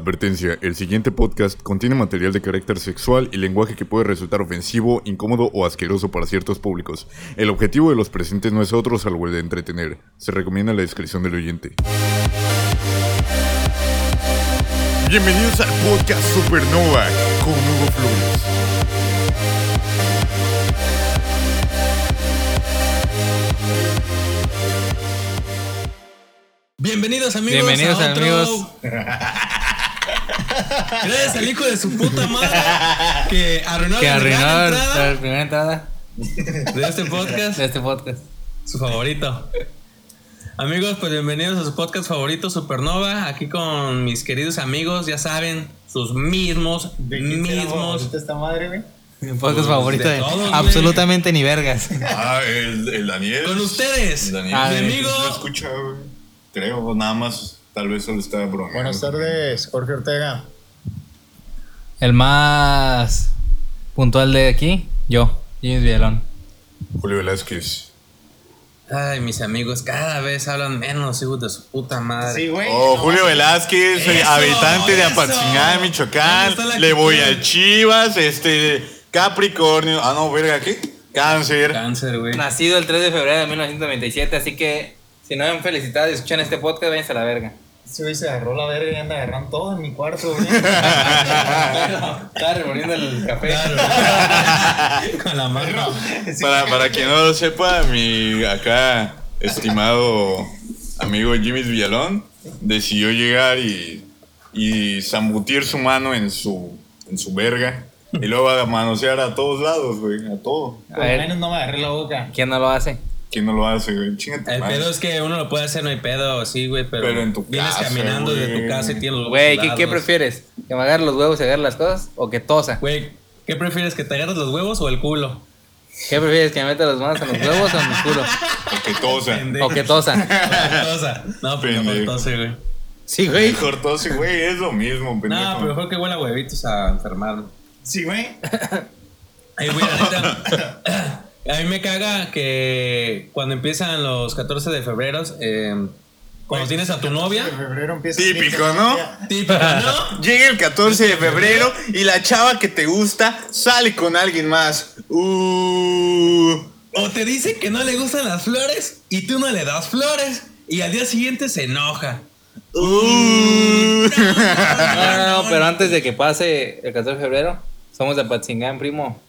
Advertencia, el siguiente podcast contiene material de carácter sexual y lenguaje que puede resultar ofensivo, incómodo o asqueroso para ciertos públicos. El objetivo de los presentes no es otro salvo el de entretener. Se recomienda la descripción del oyente. Bienvenidos al podcast Supernova con Hugo Flores. Bienvenidos amigos. Bienvenidos, a otro- amigos. Gracias al hijo de su puta madre que arruinó que la arruinó gran la, entrada primera entrada de este podcast, de este podcast. su favorito. Amigos, pues bienvenidos a su podcast favorito Supernova, aquí con mis queridos amigos, ya saben, sus mismos, ¿De quién será mismos. favorita esta madre, güey? Mi podcast favorito pues, de de, todos, güey. absolutamente ni vergas. Ah, el, el Daniel. Con ustedes, eh. mi Daniel. Ah, de- amigo. No escucha, güey. Creo, nada más, tal vez solo está bromeando. Buenas tardes, Jorge Ortega. El más puntual de aquí, yo, James Villalón. Julio Velázquez. Ay, mis amigos, cada vez hablan menos, hijos de su puta madre. Sí, güey. Oh, Julio Velázquez, eh, Eso, habitante de eso. Apatzingán, Ahí Michoacán. está la Le voy actitud. a Chivas, este, Capricornio. Ah, no, verga, ¿qué? Cáncer. Cáncer, güey. Nacido el 3 de febrero de 1997, así que si no me han felicitado y escuchan este podcast, váyanse a la verga. Ese Este güey se agarró la verga y anda agarrando todo en mi cuarto, güey. Estaba revolviendo el café. Con la mano. Para, para quien no lo sepa, mi acá estimado amigo Jimmy Villalón decidió llegar y, y zambutir su mano en su, en su verga. Y luego va a manosear a todos lados, güey, a todo. A Por lo ver, menos no me agarré la boca. ¿quién no lo hace? ¿Quién no lo hace, güey? Chinga tu El madre. pedo es que uno lo puede hacer, no hay pedo, sí, güey, pero, Pero en tu vienes casa, caminando de tu güey. casa y tienes los Güey, ¿qué, qué lados. prefieres? ¿Que me agarre los huevos y agarre las cosas? ¿O que tosa? Güey, ¿qué prefieres, que te agarres los huevos o el culo? ¿Qué prefieres? ¿Que me meta las manos en los huevos o en el culo? O que tosa. ¿O que tosa? Cosa. No, pero Pendejo. mejor tose, güey. Sí, güey. Cortose, güey, es lo mismo, pendejo. No, pero mejor que huela huevitos a enfermar. Sí, güey. Ay, güey, la neta. A mí me caga que cuando empiezan los 14 de febrero, eh, cuando tienes a tu En novia. febrero empieza. Típico, ¿no? Típico, ¿no? Llega el 14 de febrero y la chava que te gusta sale con alguien más. Uh, O te dice que no le gustan las flores y tú no le das flores y al día siguiente se enoja. uh. No, no, no, pero antes de que pase el 14 de febrero, somos de Apatzingán, primo.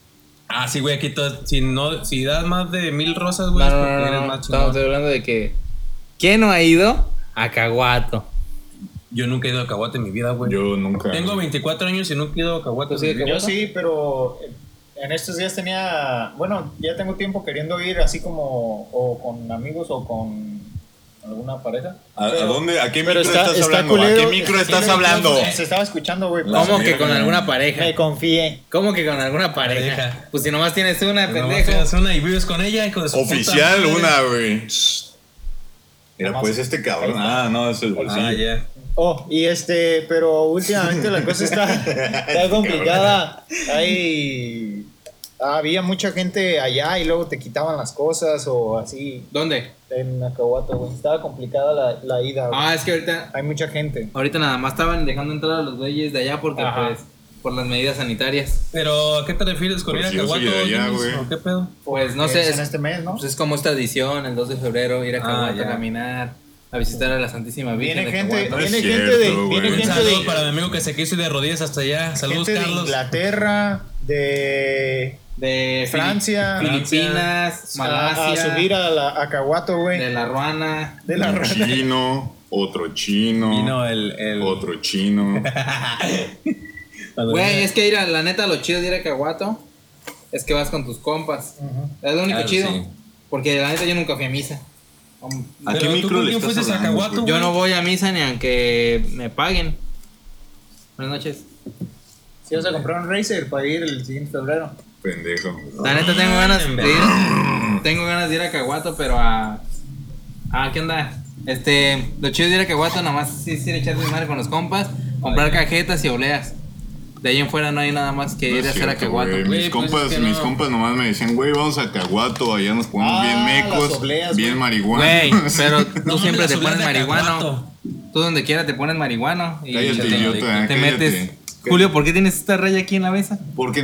Ah, sí, güey, aquí todo. Si, no, si das más de mil rosas, No, güey, no, es no, porque no, eres no, más Estamos chingón. hablando de que. ¿Quién no ha ido a Caguato? Yo nunca he ido a Caguate en mi vida, güey. Yo nunca. Tengo 24 años y nunca he ido a Caguate. ¿Tú Pues sí, en mi vida. Yo sí, pero en estos días tenía. Bueno, ya tengo tiempo queriendo ir así como. O con amigos o con alguna pareja. ¿A, a dónde? ¿A qué Pero micro está- estás está hablando? ¿A culero. qué micro estás hablando? Se estaba escuchando, güey. Pues, La ¿Cómo que verga. con alguna Me pareja? confié. ¿Cómo que con alguna pareja? Pareja. Pues si nomás tienes una, Nomás pendejo. tienes una y vives con ella, hijo de su puta Oficial, madre. una, güey. Mira, Nomás- pues este cabrón. Ah, no, es el Ah, bolsillo. ya. Oh, y este, pero últimamente la cosa está, está complicada. Hay, había mucha gente allá y luego te quitaban las cosas o así ¿Dónde? en Nacahuato, güey. Estaba complicada la, la ida. güey. Ah, es que ahorita. Hay mucha gente. Ahorita nada más estaban dejando entrar a los güeyes de allá porque, Ajá. pues, por las medidas sanitarias. Pero, ¿a qué te refieres con ir Pues a yo soy Caguate? de allá, Dinos, güey. ¿o ¿Qué pedo? Pues no Que sé. es es- en este mes, ¿no? Pues es como es tradición, el 2 de febrero, ir a Ah, Caguato ya. a caminar, a visitar a la Santísima Virgen. de Viene gente, Caguato. es viene cierto, gente de, güey. viene Un Gente saludo gente para mi de, amigo que se quiso ir de rodillas hasta allá. Saludos, gente de Carlos. Inglaterra, de De Francia, Fili- Filipinas, a, a Malasia, subir a, la, a Cahuato, güey. de La Ruana. De la Un red. chino, otro chino, Vino el. el otro chino. cuando Güey, vino- es que ir a- la neta, lo chido de ir a Caguato es que vas con tus compas. Es lo único Claro, chido. sí. Porque la neta yo nunca fui a misa. Um, ¿A Pero qué tú micro con le quién estás fuiste a hablando, Caguato, güey? Yo no voy a misa ni aunque me paguen. Buenas noches. Si vas a comprar un Razer para ir el siguiente febrero. Pendejo. La neta tengo ganas Mm, de ir. Tengo ganas de ir a Caguato, pero a. Ah, ¿qué onda? Este, lo chido de ir a Caguato nomás es ir a echar desmadre con los compas, comprar cajetas y obleas. De ahí en fuera no hay nada más que No ir es a hacer a cierto, Caguato. güey. Güey, Mis, pues compas, es que mis no. compas nomás me decían, güey, vamos a Caguato, allá nos ponemos Ah, bien las mecos, obleas, bien güey. marihuanos. Güey, pero tú No, siempre hombre, te la pones soledad de marihuano. Caguato. Tú Tú donde quiera te pones marihuano y Cállate, te, te idiota, cállate. metes. Julio, ¿por qué tienes esta raya aquí en la mesa? Porque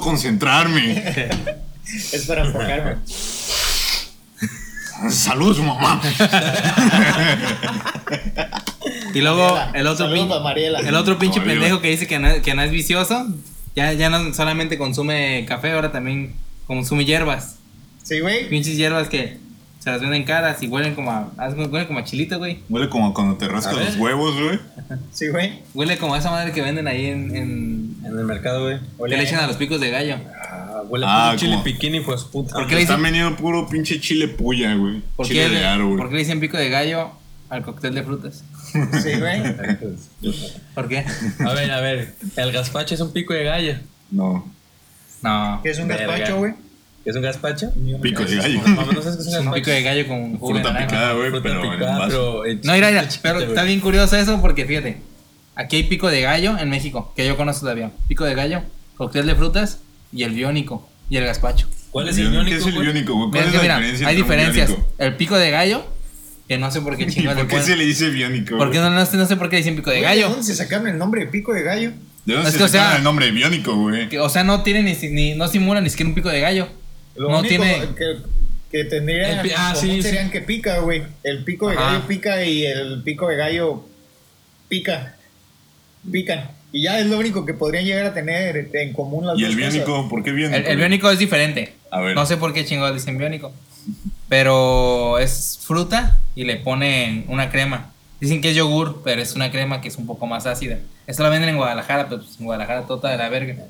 concentrarme. Es para enfocarme. Salud, mamá. Y luego Mariela, el otro saludos pin- a Mariela. el otro pinche No, pendejo digo. que dice que no, que no es vicioso, ya, ya no solamente consume café, ahora también consume hierbas. Sí, güey. Pinches hierbas que se las venden caras y huelen como a, haz- huelen como a chilito, güey. Huele como cuando te rascas A ver. los huevos, güey. Sí, güey. Huele como a esa madre que venden ahí en... en En el mercado, güey. que le echan a los picos de gallo. Ah, huele Ah, a un chile como- piquini, pues puta. ¿Por qué Le le están dicen, vendiendo puro pinche chile puya, güey. por qué Chile le- de árbol. por qué le dicen pico de gallo al cóctel de frutas? Sí, güey. ¿Por qué? A ver, a ver. El gazpacho es un pico de gallo. No. No. ¿Qué es un Verga. gazpacho, güey? ¿Qué es un gazpacho? Pico de gallo. No, mames, ¿no sabes qué es un Es un gazpacho? pico de gallo con jugo de Fruta naranja. picada, güey, Fruta pero en picada, vaso. pero, eh, No, mira, mira, chiquita, pero güey. está bien curioso eso porque fíjate, aquí hay pico de gallo en México, que yo conozco todavía. Pico de gallo, cóctel de frutas y el biónico y el gazpacho. ¿Cuál es el ¿Qué iónico? es el güey? iónico, güey? Mira, ¿Cuál es es que la mira, diferencia hay entre un diferencias. biónico? El pico de gallo, que no sé por qué ¿Y chingados le por qué ponen- se le dice biónico? Porque güey? no, no sé, no sé por qué dicen pico de Oye, gallo. dónde se sacaron el nombre de pico de gallo? ¿De dónde Es se que, o sacaron sea- el nombre de biónico, güey? Que, o sea, no tiene ni, si- ni no simula ni siquiera un pico de gallo. Lo no único tiene que, que El tendría pi- ah, común sí, serían que pica, güey. El pico de Ajá. gallo pica y el pico de gallo pica. Pican. Y ya es lo único que podrían llegar a tener en común las ¿Y dos el cosas. biónico? ¿Por qué biónico? el, el güey? biónico es diferente. A ver. No sé por qué chingados dicen biónico. Pero es fruta y le ponen una crema. Dicen que es yogur, pero es una crema que es un poco más ácida. Esto la venden en Guadalajara, pero pues en Guadalajara tota de la verga.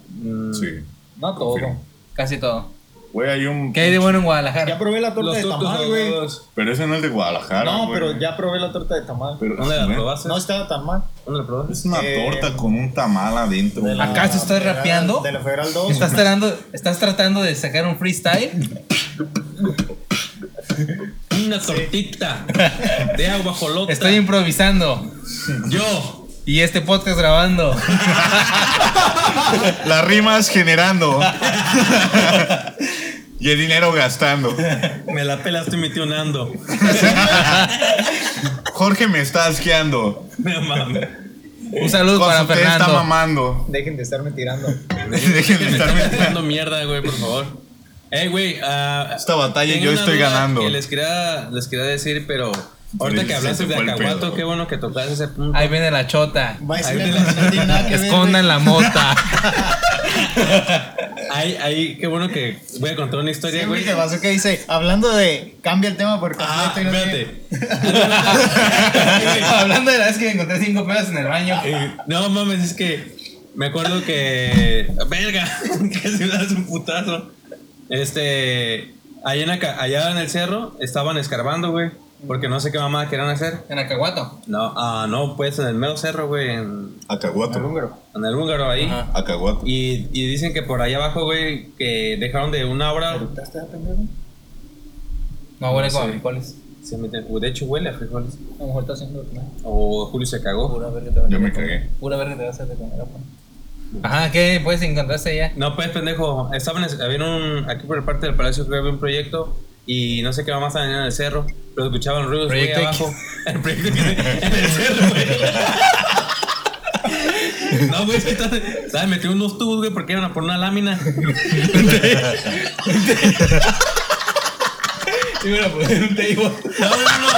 Sí. No todo. Confirmo. Casi todo. Güey, hay un... ¿Qué hay de bueno en Ya Guadalajara? probé la torta Los de tucos tamal, güey. ahogados. Pero ese no es de Guadalajara, No, güey. pero ya probé la torta de tamal. Pero- ¿Dónde la güey, probaste? No estaba tan mal. ¿Dónde la probaste? Es una Eh, torta con un tamal adentro. De la güey. ¿Acaso estás Federal- rapeando? De la Federal 2. ¿Estás tratando, ¿Estás tratando de sacar un freestyle? Una tortita de agua jolota. Estoy improvisando. Yo. Y este podcast grabando. Las rimas generando. y el dinero gastando. Me la pela, estoy misionando. Jorge me está asqueando. No mames. Un saludo Con para su té está Fernando. mamando. Dejen de estarme tirando. Dejen de Me estar están metiendo. tirando mierda, güey, por favor. Ey, güey. ah, Esta batalla tengo yo una estoy duda ganando. Que les quería, les quería decir, pero Sí, ahorita que se hablaste te de fue el pedo. Acahuato, qué bueno que tocaste ese punto. Ahí viene la chota. Va a decir Ahí algo viene que no tiene nada que ver, Escondan la mota. Ahí, ahí, qué bueno que voy a contar una historia, Siempre güey. te pasó que dice, hablando de cambia el tema por Ah, completo y no tiene- espérate. Hablando de la vez que me encontré cinco pedos en el baño. Eh, No mames, es que me acuerdo que. Verga, que si me das un putazo. Este. Allá en, Aca- allá en el cerro estaban escarbando, güey. Porque no sé qué mamada querían hacer. En Acahuato. No, ah, no, pues en el mero cerro, güey. En, Acaguato. en el húngaro ahí. Acaguato. Y, y dicen que por allá abajo, güey, que dejaron de una hora. ¿Estás tan pendejo? No huele No como a sé. frijoles. Se meten- de hecho, huele a frijoles. A lo mejor está haciendo de comer. O Julio se cagó. Pura verga te va a Yo me hacer de comer. cagué. Pura verga te va a hacer de comer, apa. Ajá, ¿qué? Pues encontraste ya. No, pues, pendejo, estaban, es- había un, aquí por parte del Palacio Creo que había un proyecto y no sé qué más estaban en el cerro, pero escuchaban ruidos güey, Proyecto abajo. El proyecto X en el cerro, güey. No, güey, es que estaba- estaba metido unos tubos, güey, porque iban a poner una lámina. Iban a poner un table. No, no, no.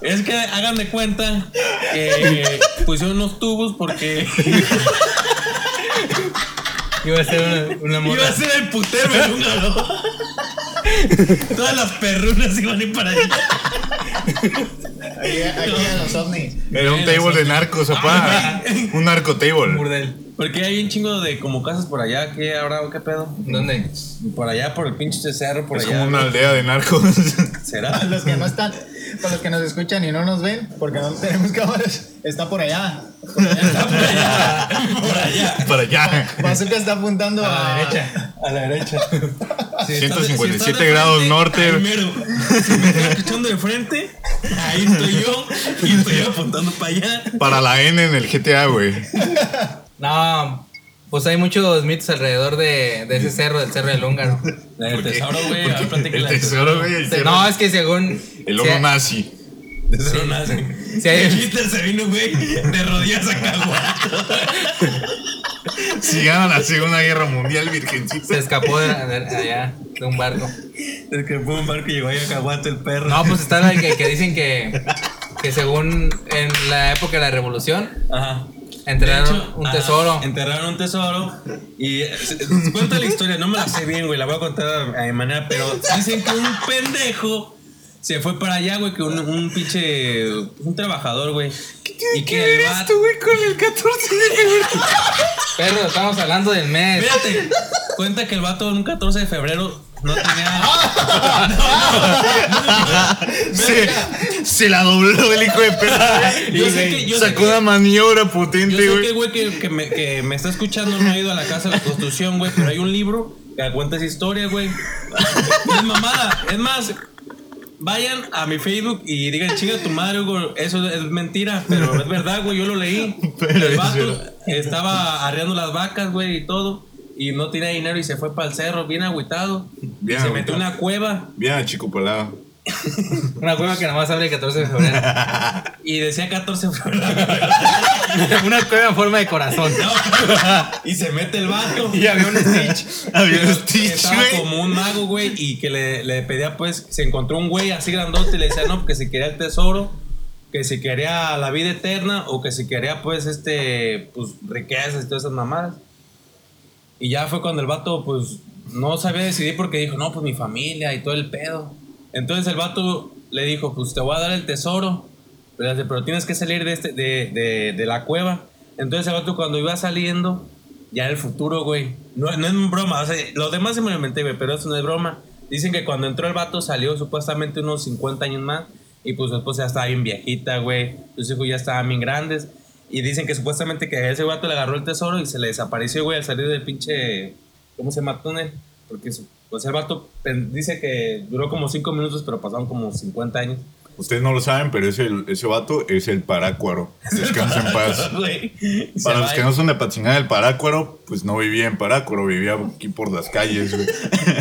Es que hagan de cuenta que pusieron unos tubos porque Iba a ser una, una iba a mota. ser el putero del húngaro. Todas las perrunas iban a ir para allá. Aquí, aquí a los ovnis. Era un Bueno, Ah, table de narcos, papá. Un narco table. Burdel. Porque hay un chingo de como casas por allá, ¿qué ahora qué pedo? ¿Dónde? Por allá, por el pinche cerro, por Es allá. como una aldea de narcos. ¿Será? Para los que no están, para los que nos escuchan y no nos ven, porque no tenemos cámaras, está por allá. por allá. Por allá. Para allá. Bazooka está apuntando Ah. a, A la derecha. Si estás de- 157 estás de grados norte. ahí mero. Si me estás escuchando de frente, ahí estoy yo y estoy apuntando para allá. Para la N en el GTA, güey. No. Pues hay muchos mitos alrededor de, de ese cerro, del cerro del húngaro. La del tesoro, güey. ahora Porque platica El la del tesoro, güey. el cerro. No, es que según. El se- oro nazi. De cero nacen. Sí, hay- Hitler se vino, güey, de rodillas a Caguato. Si gana la Segunda Guerra Mundial, virgencito. Se escapó de, de- de allá, de un barco. Es que fue un barco y llegó ahí a Caguato el perro. No, pues está la que, que dicen que, que según en la época de la revolución, Ajá. enterraron De hecho, ah, un ajá, tesoro. enterraron un tesoro. Y eh, se- se- cuenta la historia, no me la sé bien, güey, la voy a contar a mi manera, pero dicen que un pendejo se fue para allá, güey, que un, un pinche. Un trabajador, güey. Y que el vato. güey, con el 14 de febrero? Perro, estamos hablando del mes. Espérate, cuenta que el vato un 14 de febrero no tenía. Ah, Se, se la dobló el hijo de perra. Yo sé que- yo sé Sacó que- una maniobra Yo potente, sé que güey. el güey que, que me, que me está escuchando no ha ido a la casa de la construcción, güey, pero hay un libro que cuenta esa historia, güey. Es mamada. Es más, vayan a mi Facebook y digan, chinga tu madre, Hugo, eso es mentira, pero es verdad, güey, yo lo leí. Pero el es vato verdad. estaba arreando las vacas, güey, y todo, y no tenía dinero y se fue para el cerro, bien agüitado. Bien y se metió agüitado. en una cueva. Bien, chico pelado. Una cueva que nomás abre el 14 de febrero. Y decía 14 de febrero. Una cueva en forma de corazón. y se mete el vato. Y había un Stitch. Había un Pero Stitch, Estaba güey. como un mago, güey, y que le, le pedía, pues, se encontró un güey así grandote y le decía, no, que si quería el tesoro, que si quería la vida eterna o que si quería, pues, este, pues, riquezas y todas esas mamadas. Y ya fue cuando el vato, pues, no sabía decidir porque dijo, no, pues, mi familia y todo el pedo. Entonces el vato le dijo, pues, te voy a dar el tesoro, pero, le dice, pero tienes que salir de, este, de, de, de la cueva. Entonces el vato cuando iba saliendo, ya en el futuro, güey. No, no es broma, o sea, los demás se me lo inventé, güey, pero eso no es broma. Dicen que cuando entró el vato salió supuestamente unos 50 años más y pues su esposa ya estaba bien viejita, güey. Sus hijos ya estaban bien grandes. Y dicen que supuestamente que ese vato le agarró el tesoro y se le desapareció, güey, al salir del pinche... ¿Cómo se llama? Túnel. Porque su- pues el vato pen- dice que duró como 5 minutos, pero pasaron como 50 años. Ustedes no lo saben, pero ese, ese vato es el parácuaro. Descansa en paz. Güey, y se Para va los que y- no son de Patzingán del Parácuaro, pues no vivía en Parácuaro, vivía aquí por las calles, güey.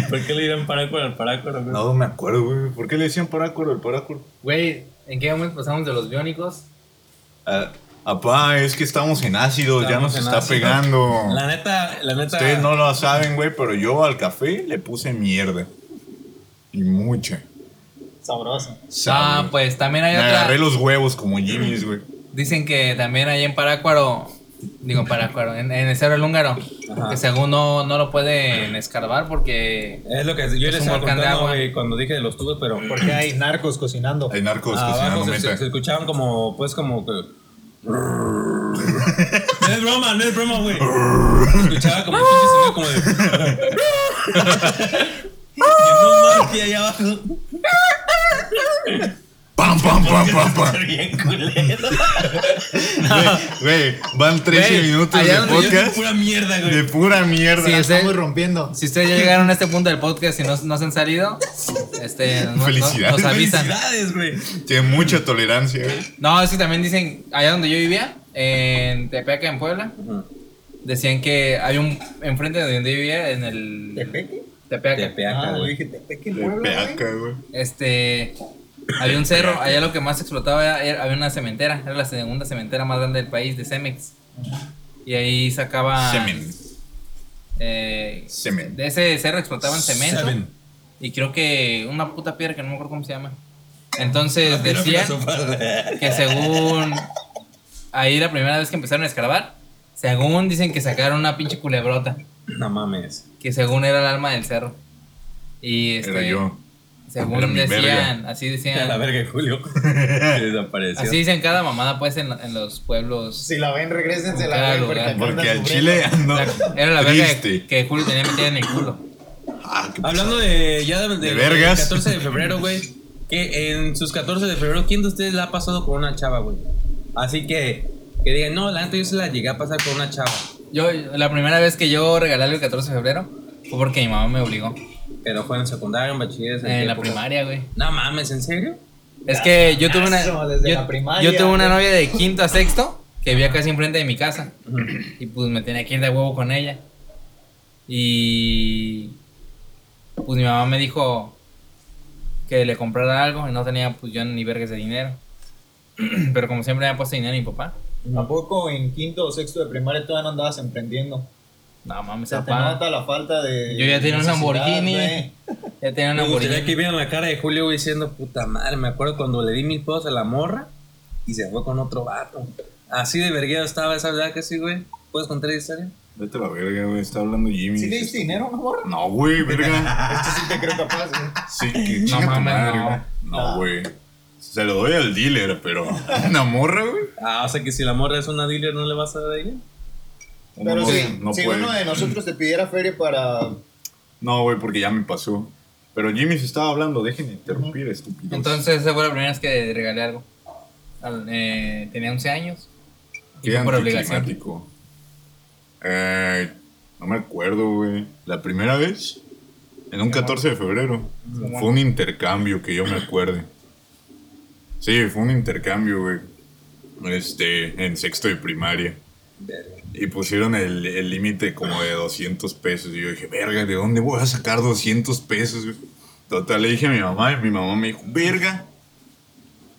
¿Por qué le dirán parácuaro al parácuaro, güey? No, me acuerdo, güey. ¿Por qué le decían Parácuaro al Parácuaro? Güey, ¿en qué momento pasamos de los biónicos? Ah, Apá, es que estamos en ácido, ya Estamos nos en está ácido. pegando. La neta, la neta... Ustedes no lo saben, güey, pero yo al café le puse mierda. Y mucha. Sabroso. Ah, Sabe. pues también hay Me otra. agarré los huevos como Jimmy's, güey. Dicen que también allá en Parácuaro, digo en Parácuaro, en, en el Cerro del Húngaro, Ajá. que según no, no lo pueden escarbar porque... Es lo que yo les Es un estaba volcán de contando agua. güey, cuando dije de los tubos, pero Porque hay narcos cocinando. Hay narcos abajo cocinando Ah, se, se- meta. se escuchaban como, pues como que... No es broma, no es broma, güey. Se escuchaba como un pinche sonido como de... Que no mames, que allá abajo. ¡Pam, pam, pam, pam, pam! Pero bien culero. Güey, van 13 Güey, minutos allá de donde yo Es podcast pura mierda, de güey. pura mierda. Sí, La es- estamos rompiendo. Si ustedes ya llegaron a este punto del podcast y no, no se han salido, este, no- no- Felicidades. nos avisan. Felicidades, güey. Tiene mucha tolerancia, güey. No, es que también dicen, allá donde yo vivía, en Tepeaca, en Puebla, decían que hay un, enfrente de donde yo vivía, en el... ¿Tepeque? Tepeaca. Tepeaca, Ah, yo güey. dije Tepeque, De Puebla, güey. peaca, güey. Este. Había un cerro, allá lo que más se explotaba era, era- había una cementera, era la segunda cementera más grande del país, de Cemex. Y ahí sacaba. Semen. eh, Semen. Ah, De ese cerro explotaban cemento. Semen. Y creo que una puta piedra que no me acuerdo cómo se llama. Entonces Era decían filosofar. que según. Ahí la primera vez que empezaron a escarbar, según dicen que sacaron una pinche culebrota, No mames. que según era el alma del cerro. Y este. Era yo. Según Era mi decían, verga. así A decían. la verga, Julio. Se desapareció. Así dicen cada mamada, pues, en, en los pueblos. Si la ven, regrésensela, Claro, güey, porque, claro. acá Porque anda al sufriendo. chile ando La- era la verga triste. que, que Julio tenía metida en el culo. Ah, qué Hablando de ya de, De vergas. del 14 de febrero, güey. Que en sus 14 de febrero, ¿quién de ustedes la ha pasado con una chava, güey? Así que, que digan, no, la neta yo se la llegué a pasar con una chava. Yo, la primera vez que yo regalé el 14 de febrero fue porque mi mamá me obligó. Pero fue en secundaria, en bachilleres. En qué la época? primaria, güey. No mames, ¿en serio? Es que yo tuve una. Eso, desde yo- la primaria, yo tuve una güey. novia de quinto a sexto que vivía casi enfrente de mi casa. Y pues me tenía que ir de huevo con ella. Y. Pues mi mamá me dijo que le comprara algo y no tenía pues yo ni vergas de dinero. Pero como siempre me ha puesto dinero a mi papá. ¿A poco en quinto o sexto de primaria todavía no andabas emprendiendo? No mames, Se te papá. nota la falta de. Yo ya tenía un necesidad, Lamborghini. güey. Ya tenía una Me gustaría que Lamborghini. vieran la cara de Julio güey, diciendo, puta madre, me acuerdo cuando le di mil pesos a la morra y se fue con otro vato. Así de verguero estaba esa verdad que sí, güey. ¿Puedes contar la historia? Vete a la verga, güey. Está hablando Jimmy. ¿Sí le diste dinero, no, morra? No, güey, verga. Este sí te creo capaz, ¿eh? güey. Sí, que chinga tu mames, madre, no. güey. No, güey. Se lo doy al dealer, pero. ¿Una morra, güey? Ah, o sea que si la morra es una dealer, ¿no le vas a dar a ella? Uno Pero no, sí, no si puede. uno de nosotros te pidiera feria para. No, güey, porque ya me pasó. Pero Jimmy se estaba hablando, dejen de interrumpir, estúpidos. Entonces, esa fue la primera vez que regalé algo. Al- eh, tenía 11 años. Y qué fue por obligación. anticlimático. Eh, no me acuerdo, güey. La primera vez, en un 14 de febrero, fue un intercambio que yo me acuerde. Sí, fue un intercambio, güey. Este, en sexto de primaria. Verga. Y pusieron el el límite como de 200 pesos. Y yo dije, verga, ¿de dónde voy a sacar 200 pesos? güey?" Total, le dije a mi mamá y mi mamá me dijo, verga,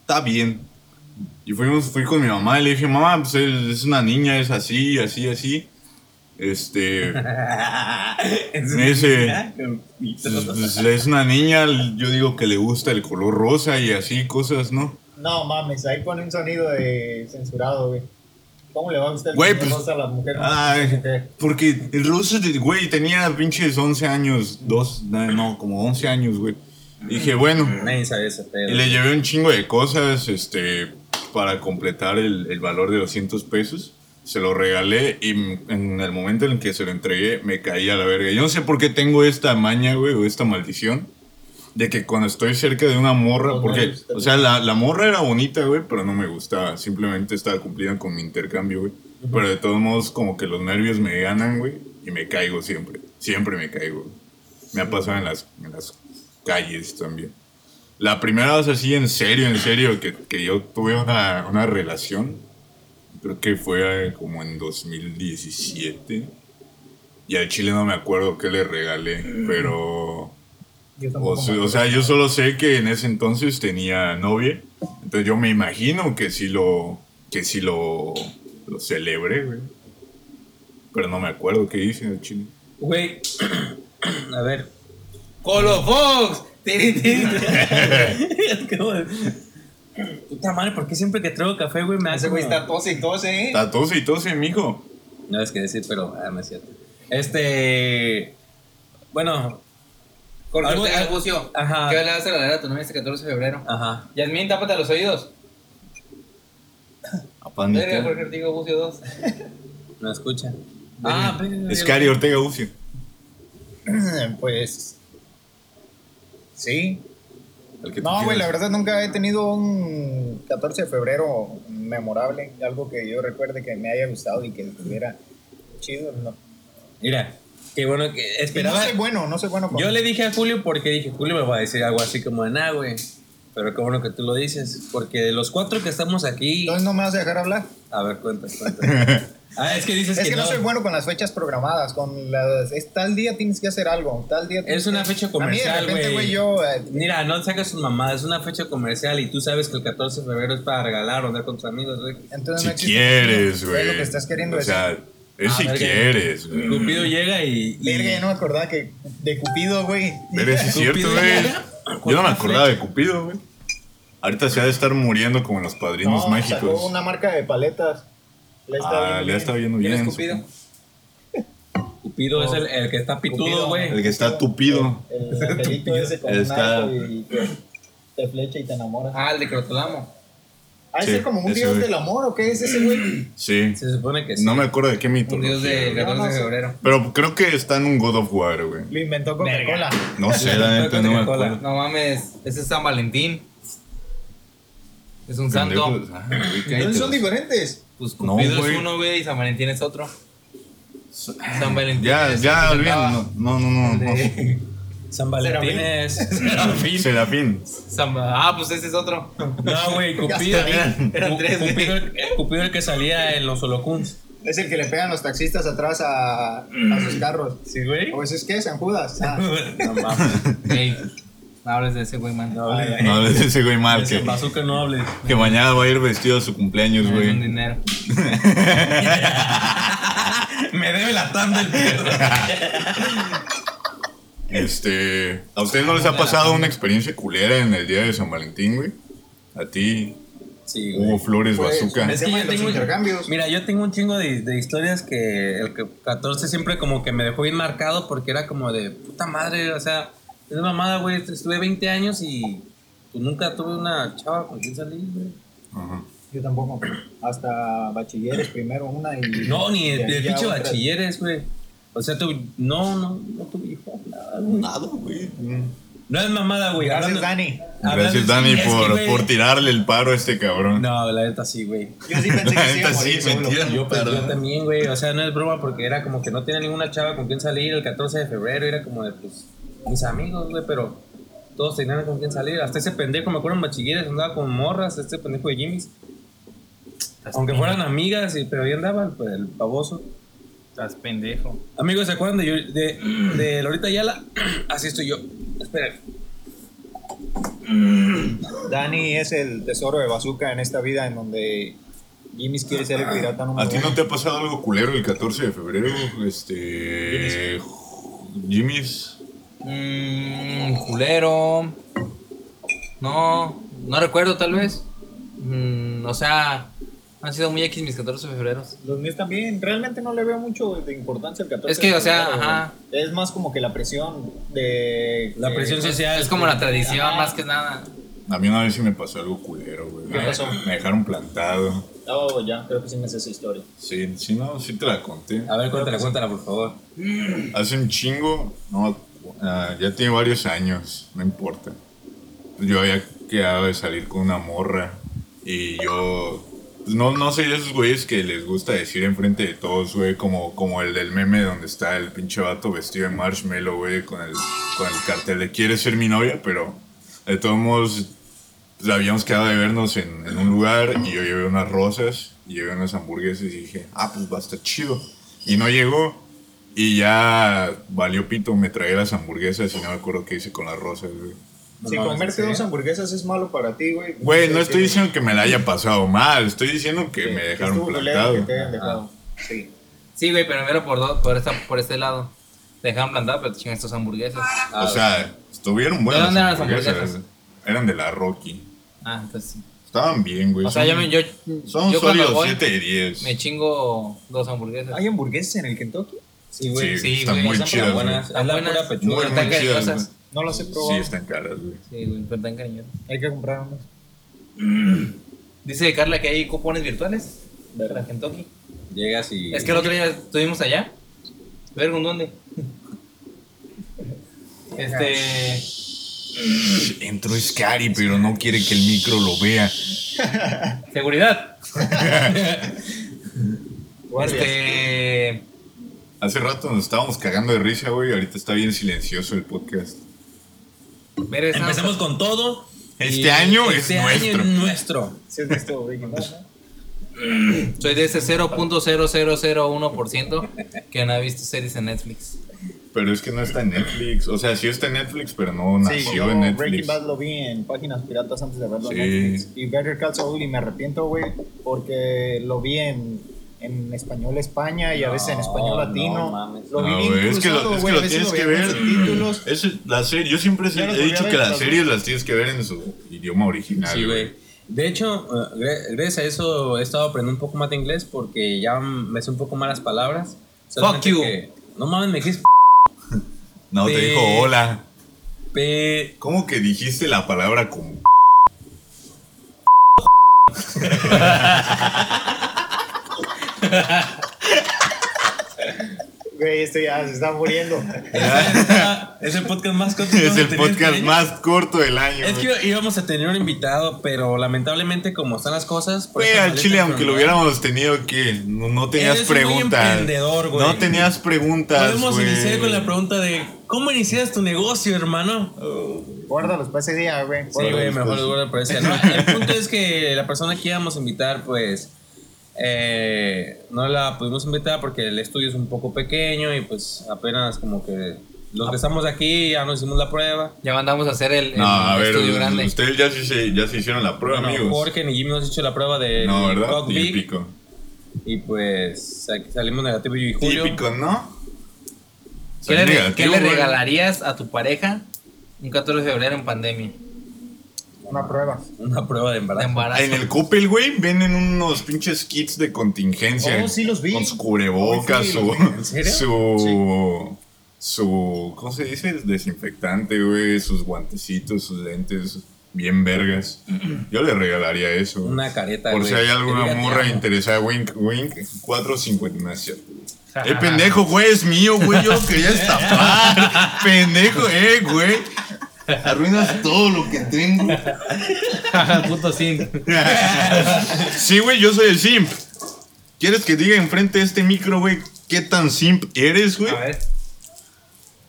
está bien. Y fuimos, fui con mi mamá y le dije, mamá, pues él es una niña, es así, así, así. Este, Es- Ese. Ah, con pito. pues, pues, es una niña, yo digo que le gusta el color rosa y así cosas, ¿no? No mames, ahí pone un sonido de censurado, güey. ¿Cómo le va a gustar el Güey, color pues- rosa a las mujeres? Ay, Ok. porque el ruso, de- güey, tenía pinches 11 años, dos, no, no, como 11 años, güey. Dije, bueno, Nadie sabe ese pedo. y le llevé un chingo de cosas, este, para completar el, el valor de 200 pesos. Se lo regalé y m- en el momento en el que se lo entregué me caí a la verga. Yo no sé por qué tengo esta maña, güey, o esta maldición. De que cuando estoy cerca de una morra, Pues No, no le porque, gusta. o sea, la, la morra era bonita, güey, pero no me gustaba. Simplemente estaba cumplida con mi intercambio, güey. Pero de todos modos, como que los nervios me ganan, güey, y me caigo siempre. Siempre me caigo. Me ha pasado en las, en las calles también. La primera vez así, en serio, en serio, que, que yo tuve una, una relación, creo que fue eh, como en 2017. Y al chile no me acuerdo qué le regalé, Mm. pero... Yo O, tampoco se- me o sea, yo solo sé que en ese entonces tenía novia. Entonces yo me imagino que sí lo. que sí lo. lo celebré, güey. Pero no me acuerdo qué hice en el chile. Güey, a ver. ¡Colo Fox! Tiri, tiri, tiri. Es que, güey, Puta madre, ¿por qué siempre que traigo café, güey, me hace Ese güey como- está tose y tose, ¿eh? Está tose y tose, mijo. No es que decir, pero ah, no es cierto. Este. Bueno, Cortaste Algo- Ah. el bucio. Ajá. ¿Qué le vas a regalar a tu novia este 14 de febrero? ajá. Yasmín, tápate los oídos. Verga, Apanita. Jorge Ortigo, bucio 2. No escucha. Ah, pero. Escari Ortega Ucio. Pues. Sí. el que tú No, güey, la quieras. verdad nunca he tenido un 14 de febrero memorable. Algo que yo recuerde que me haya gustado y que estuviera chido. No, Mira, qué bueno que. Y no Esperaba. soy bueno, no soy bueno con. Yo le dije a Julio porque dije, Julio me va a decir algo así como de nada, güey. Pero qué bueno que tú lo dices. Porque de los cuatro que estamos aquí. Entonces no me vas a dejar hablar. A ver, cuenta, cuenta. ah, es que dices Es, que no. soy bueno con las fechas programadas, con las... Es, tal día tienes que hacer algo, tal día... tienes Es una que- fecha A comercial, mí de repente, güey. güey, yo... eh, Mira, no sacas sus mamadas, es una fecha comercial y tú sabes que el 14 de febrero es para regalar o andar con tus amigos, güey. entonces Si no existe- quieres, es güey. lo que estás queriendo O sea, decir. es Ah, si verga. quieres, güey. Cupido llega y. y- Verga, ya no me acordaba que... De Cupido, güey. Pero sí es cierto, Cupido güey. llega con Yo no me una acordaba de Cupido, güey. Ahorita se ha de estar muriendo como en los padrinos No, mágicos. sacó una marca de paletas. Le está Ah, bien le ha bien. estado yendo ¿Quién bien. es Cupido? supongo. Cupido es el, el que está pitudo, Cupido. El güey. que está tupido. El angelito ese con un Está- arco y te, te flecha y te enamora. Ah, el de Crotolamo. Ah, sí, ese es como un ese dios güey. del amor, ¿o qué es ese, güey? Sí. Se supone que sí. No me acuerdo de qué mito. Un dios del 14 de febrero. Pero creo que está en un God of War, güey. Lo inventó Coca-Cola. No sé, la neta, no me acuerdo. No mames, ese es San Valentín. Es un santo. Pendejos. Ah, güey, cállate Entonces los- son diferentes. Pues No, Cupido güey. es uno, güey, y San Valentín es otro. San Valentín. Ya, es ya, el que olviden. cantaba. No, no, no. no, De- San Valentín es. no. Serafín. San- Ah, pues ese es otro. No, güey, Cupido. eran- eran Cu- tres, güey. Cupido, el- el Cupido el que salía en los holocuns. Es el que le pegan los taxistas atrás a, a sus carros. Sí, güey. Pues es que San Judas. Ah, No mames. Ey, No hables de ese güey, man. No, güey. No hables de ese güey mal, Ese que, bazooka no hables. que mañana va a ir vestido a su cumpleaños, Ah, Me deben güey. dinero. Me debe la tanda el perro. Este. ¿A ustedes no les ha pasado una experiencia culera en el día de San Valentín, güey? A ti Sí, güey. hubo flores Pues, bazooka. es- tema de los intercambios. Mira, yo tengo un chingo de, de historias que el que- 14 siempre como que me dejó bien marcado porque era como de puta madre, o sea, es mamada, güey. Estuve 20 años y pues, nunca tuve una chava con quien salir, güey. Ajá. Yo tampoco. Hasta bachilleres primero una y. No, ni y el, ahí el ya pinche otra. bachilleres, güey. O sea, tú, no, no, no tuve hijos, nada, güey. Nada, güey. No es mamada, güey. Mm. Gracias, hablando- Dani. hablando- Gracias, Dani, es que, por, güey, por tirarle el paro a este cabrón. No, la neta sí, güey. Yo sí pensé que La se iba a neta, sí, morir solo. mentira. Yo, pues, Perdón. yo también, güey. O sea, no es broma porque era como que no tenía ninguna chava con quien salir el 14 de febrero. Era como de, pues, mis amigos, güey, pero todos tenían con quien salir. Hasta ese pendejo, me acuerdo en bachilleres, andaba con morras, este pendejo de Jimmy's. Aunque fueran amigas, y, pero ahí andaba pues, el baboso. Estás pendejo. Amigos, ¿se acuerdan de, Yuri- de, de Lorita Ayala? Así estoy yo. Esperen. Dani es el tesoro de bazooka en esta vida en donde Jimmy quiere ser el pirata ¿A número ti no uno. te ha pasado algo culero el 14 de febrero? Este. Jimmy's. Mmm, culero. No, no recuerdo tal vez. Mm, o sea, han sido muy X mis 14 de febrero. Los míos también, realmente no le veo mucho de importancia el 14. Es que, de o sea, febrero, ajá. güey. Es más como que la presión de. La de- presión social. Es como la tradición más que nada. A mí una vez sí me pasó algo culero, güey. ¿Qué pasó? Me dejaron plantado. Oh, ya, creo que sí me sé esa historia. Sí, sí, no, sí te la conté. A ver, cuéntala, cuéntala, por favor. Hace un chingo, no, ah, ya tiene varios años, no importa. Yo había quedado de salir con una morra y yo pues, no, no soy de esos güeyes que les gusta decir enfrente de todos, güey, como, como el del meme donde está el pinche vato vestido de marshmallow, güey, con el, con el cartel de quieres ser mi novia, pero de todos modos pues, habíamos quedado de vernos en, en un lugar y yo llevé unas rosas y llevé unas hamburguesas y dije, ah, pues va a estar chido. Y no llegó y ya valió pito, me tragué las hamburguesas y no me acuerdo qué hice con las rosas, güey. si mames, comerte ¿en dos serio? hamburguesas es malo para ti, güey. pues, Güey, no Sí, estoy sí. diciendo que me la haya pasado mal, estoy diciendo que me Que dejaron estuvo culero plantado. que te hayan dejado. Sí. Sí, güey, pero primero por dos, por esta, por este lado. Te dejaron plantado, pero te chingan estos hamburguesas. Ah. O sea, estuvieron buenas. ¿De dónde eran las hamburguesas? hamburguesas? Eran de la Rocky. Ah, entonces sí. Estaban bien, güey. O sea, Son- yo, me- yo, Son yo cuando sólidos voy 7 de 10. me chingo dos hamburguesas. ¿Hay hamburguesas en el Kentucky? Sí, Sí, güey. sí, están güey, muy están chidas. güey. buenas. Es la buenas. pura pechuga. Muy, Pero muy tan chidas. cariñosas. güey. No las he Sí, probado. están caras, güey. Sí, güey, pero tan cariñoso. Hay que comprar unas. Dice Carla que hay cupones virtuales para Kentucky. Llegas y. Es que el otro día estuvimos allá. Verga, ¿en dónde? Este. Entró Scary, pero no quiere que el micro lo vea. Seguridad. Guardias. Este. Hace rato nos estábamos cagando de risa, güey. Ahorita está bien silencioso el podcast. Ver, esa- Empezamos con todo. Este Y año es este año nuestro. es nuestro. Si has visto Breaking Bad, ¿no? Soy de ese 0.0001% que no ha visto series en Netflix. Pero es que no está en Netflix. O sea, sí está en Netflix, pero no Sí, nació yo en Breaking Netflix. Bad lo vi en páginas piratas antes de verlo en Sí. Netflix. Y Better Call Saul y me arrepiento, güey, porque lo vi en, en español España y a veces en español No, no latino. mames. lo vi No, bien Ah, güey, es que cruzado, lo, es que güey, a lo veces tienes que veía con ver. subtítulos. Es la serie. Yo siempre Ya los he dicho volví a que ver, las los series las tienes que ver en su idioma original. Sí, güey. De hecho, eh, gra- gracias a eso he estado aprendiendo un poco más de inglés porque ya me sé un poco más las palabras. Solamente you. que- no mames, me dijiste. No, te Sí. dijo hola. P- ¿Cómo que dijiste la palabra como? Güey, este ya se está muriendo. Es el podcast más corto. que Ah. vamos a Es el tener podcast este año. más corto del año. Es que íbamos a tener un invitado, pero lamentablemente, como están las cosas. por Güey, eso al no chile, le- aunque lo hubiéramos tenido que no, no tenías Eres un güey preguntas. emprendedor, güey. No tenías preguntas. Podemos güey. iniciar con la pregunta de: ¿Cómo inicias tu negocio, hermano? Guárdalos para pues, ese día, güey. Sí, güey, mejor el World Press. No, el punto es que la persona que íbamos a invitar, pues, eh, no la pudimos invitar porque el estudio es un poco pequeño y pues apenas como que Los que estamos aquí ya nos hicimos la prueba. Ya mandamos a hacer el, el No, a ver, estudio grande. ustedes ya, sí se, ya se hicieron la prueba, Bueno, amigos. Jorge ni Jimmy nos hecho la prueba de no, ¿verdad? Rock Big, Típico. Y pues sa- salimos negativo yo y Julio. Típico, ¿no? ¿Qué le, Soy re- qué le negativo, regalarías a tu pareja un 14 de febrero en pandemia? Una prueba. Una prueba de De embarazo. embarazo. En el Coppel, güey, venden unos pinches kits de contingencia. Oh, sí los vi. Con su cubrebocas, Sí, su. los ¿En serio? Su. Su. ¿Cómo se dice? Desinfectante, güey. Sus guantecitos, sus lentes. Bien vergas. Yo le regalaría eso. güey. Una careta, Por güey. si hay alguna Fíjate, morra amo. interesada, wink, wink. 4.50, no es cierto. Eh, pendejo, güey, es mío, güey. Yo lo quería estafar. pendejo, eh, güey. Arruinas todo lo que tengo. Puto sin. Sí, güey, yo soy el simp. ¿Quieres que diga enfrente de este micro, güey, qué tan simp eres, güey? A ver.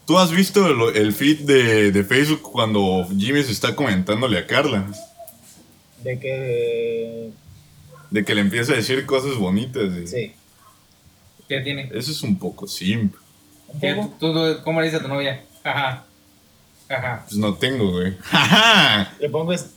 ¿Tú has visto el, el feed de, de Facebook cuando Jimmy se está comentándole a Carla? De que. De que le empieza a decir cosas bonitas. güey. Sí. ¿Qué tiene? Eso es un poco simp. Un ¿Qué- poco. tú- tú- ¿Cómo le dices a tu novia? Ajá. Ajá. Pues no tengo, güey. ¡Ajá! Le pongo es-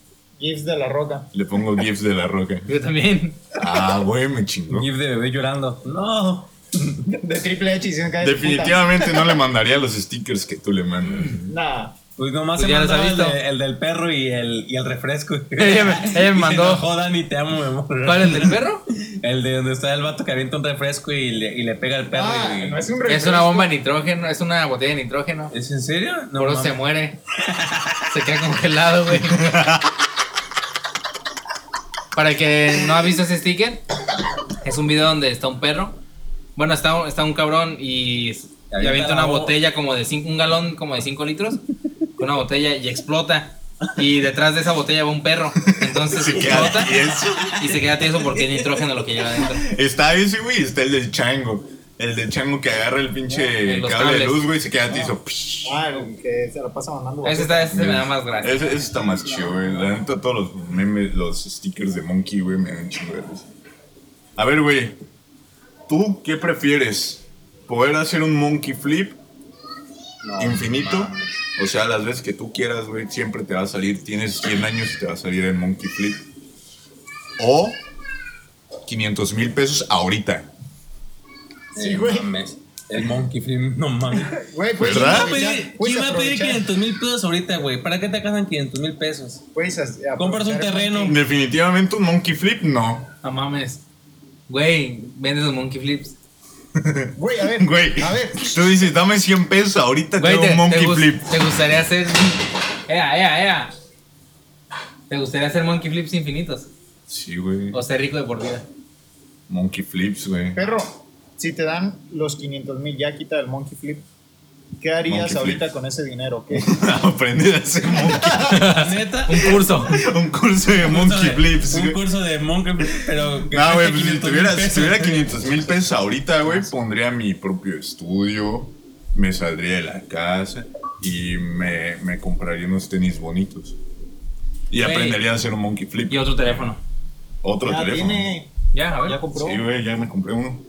GIFs de la roca. Le pongo gifs de la roca. Yo también. Ah, güey, me chingó. GIF de bebé llorando. No. De triple H y se cae. Definitivamente no le mandaría los stickers que tú le mandas. Nah. Pues nomás Pues se ya los ha mandaba el, visto. de- el del perro y el, y el refresco. Ella me- ella me Y se mandó. enojó, Dani, te amo, mi amor. ¿Cuál es el del perro? El de donde está el vato que avienta un refresco y le, y le pega al perro. Ah, y- no es un Es refresco. una bomba de nitrógeno, es una botella de nitrógeno. ¿Es en serio? No, Por eso se mames. muere. Se queda congelado, güey. Para el que no ha visto ese sticker, es un video donde está un perro. Bueno, está, un- está un cabrón y, y avienta avienta la una bo- botella como de 5, un galón como de 5 litros, con una botella y explota. Y detrás de esa botella va un perro. Entonces Se explota queda tieso. y se queda tieso porque es nitrógeno lo que lleva adentro. Está ese, güey, y está el del chango. El del chango que agarra el pinche En los cable de cables. luz, güey, y se queda tizo. Psh. Ah, el que se la pasa mandando. Ese, está, ese me da más gracia. Ese, ese está más chido, güey. La neta, todos los memes, los stickers de Monkey, güey, me dan chingo de risa. A ver, güey. ¿Tú qué prefieres? ¿Poder hacer un Monkey Flip infinito? O sea, las veces que tú quieras, güey, siempre te va a salir. Tienes 100 años y te va a salir el Monkey Flip. O 500 mil pesos ahorita. Sí, Eh, güey. mames. El monkey film, no mames. Güey, pues, ¿Verdad? Yo me voy a pedir- Puedes Ah, yo me voy a pedir aprovechar. 500 mil pesos ahorita, güey. ¿Para qué te casan 500 mil pesos? Puedes as- Compras un aprovechar terreno. el- Definitivamente un Monkey Flip, no. No mames. Güey, vende los monkey flips. Güey, a ver. Güey, A ver. tú dices, dame 100 pesos, ahorita Güey, tengo te, un monkey te gus- flip. ¿Te gustaría hacer. Ea, ea, ea. ¿Te gustaría hacer monkey flips infinitos? Sí, güey. ¿O ser rico de por vida? Monkey flips, güey. Perro, si te dan los 500 mil, ya quita el monkey flip. ¿Qué harías Monkey ahorita flip. con ese dinero? ¿Qué? Aprender a hacer monkey. Neta. Un curso. un curso de monkey flips, Un güey. curso de monkey flip, pero. que No, cueste güey, pues si 500,000 tuviera, si pesos. tuviera 500 mil pesos ahorita, güey, pondría mi propio estudio, me saldría de la casa y me, me compraría unos tenis bonitos. Y Güey. aprendería a hacer un monkey flip. Y otro teléfono. Otro Ya teléfono. tiene. Ya, a ver. Ya compró. Sí, güey, ya me compré uno.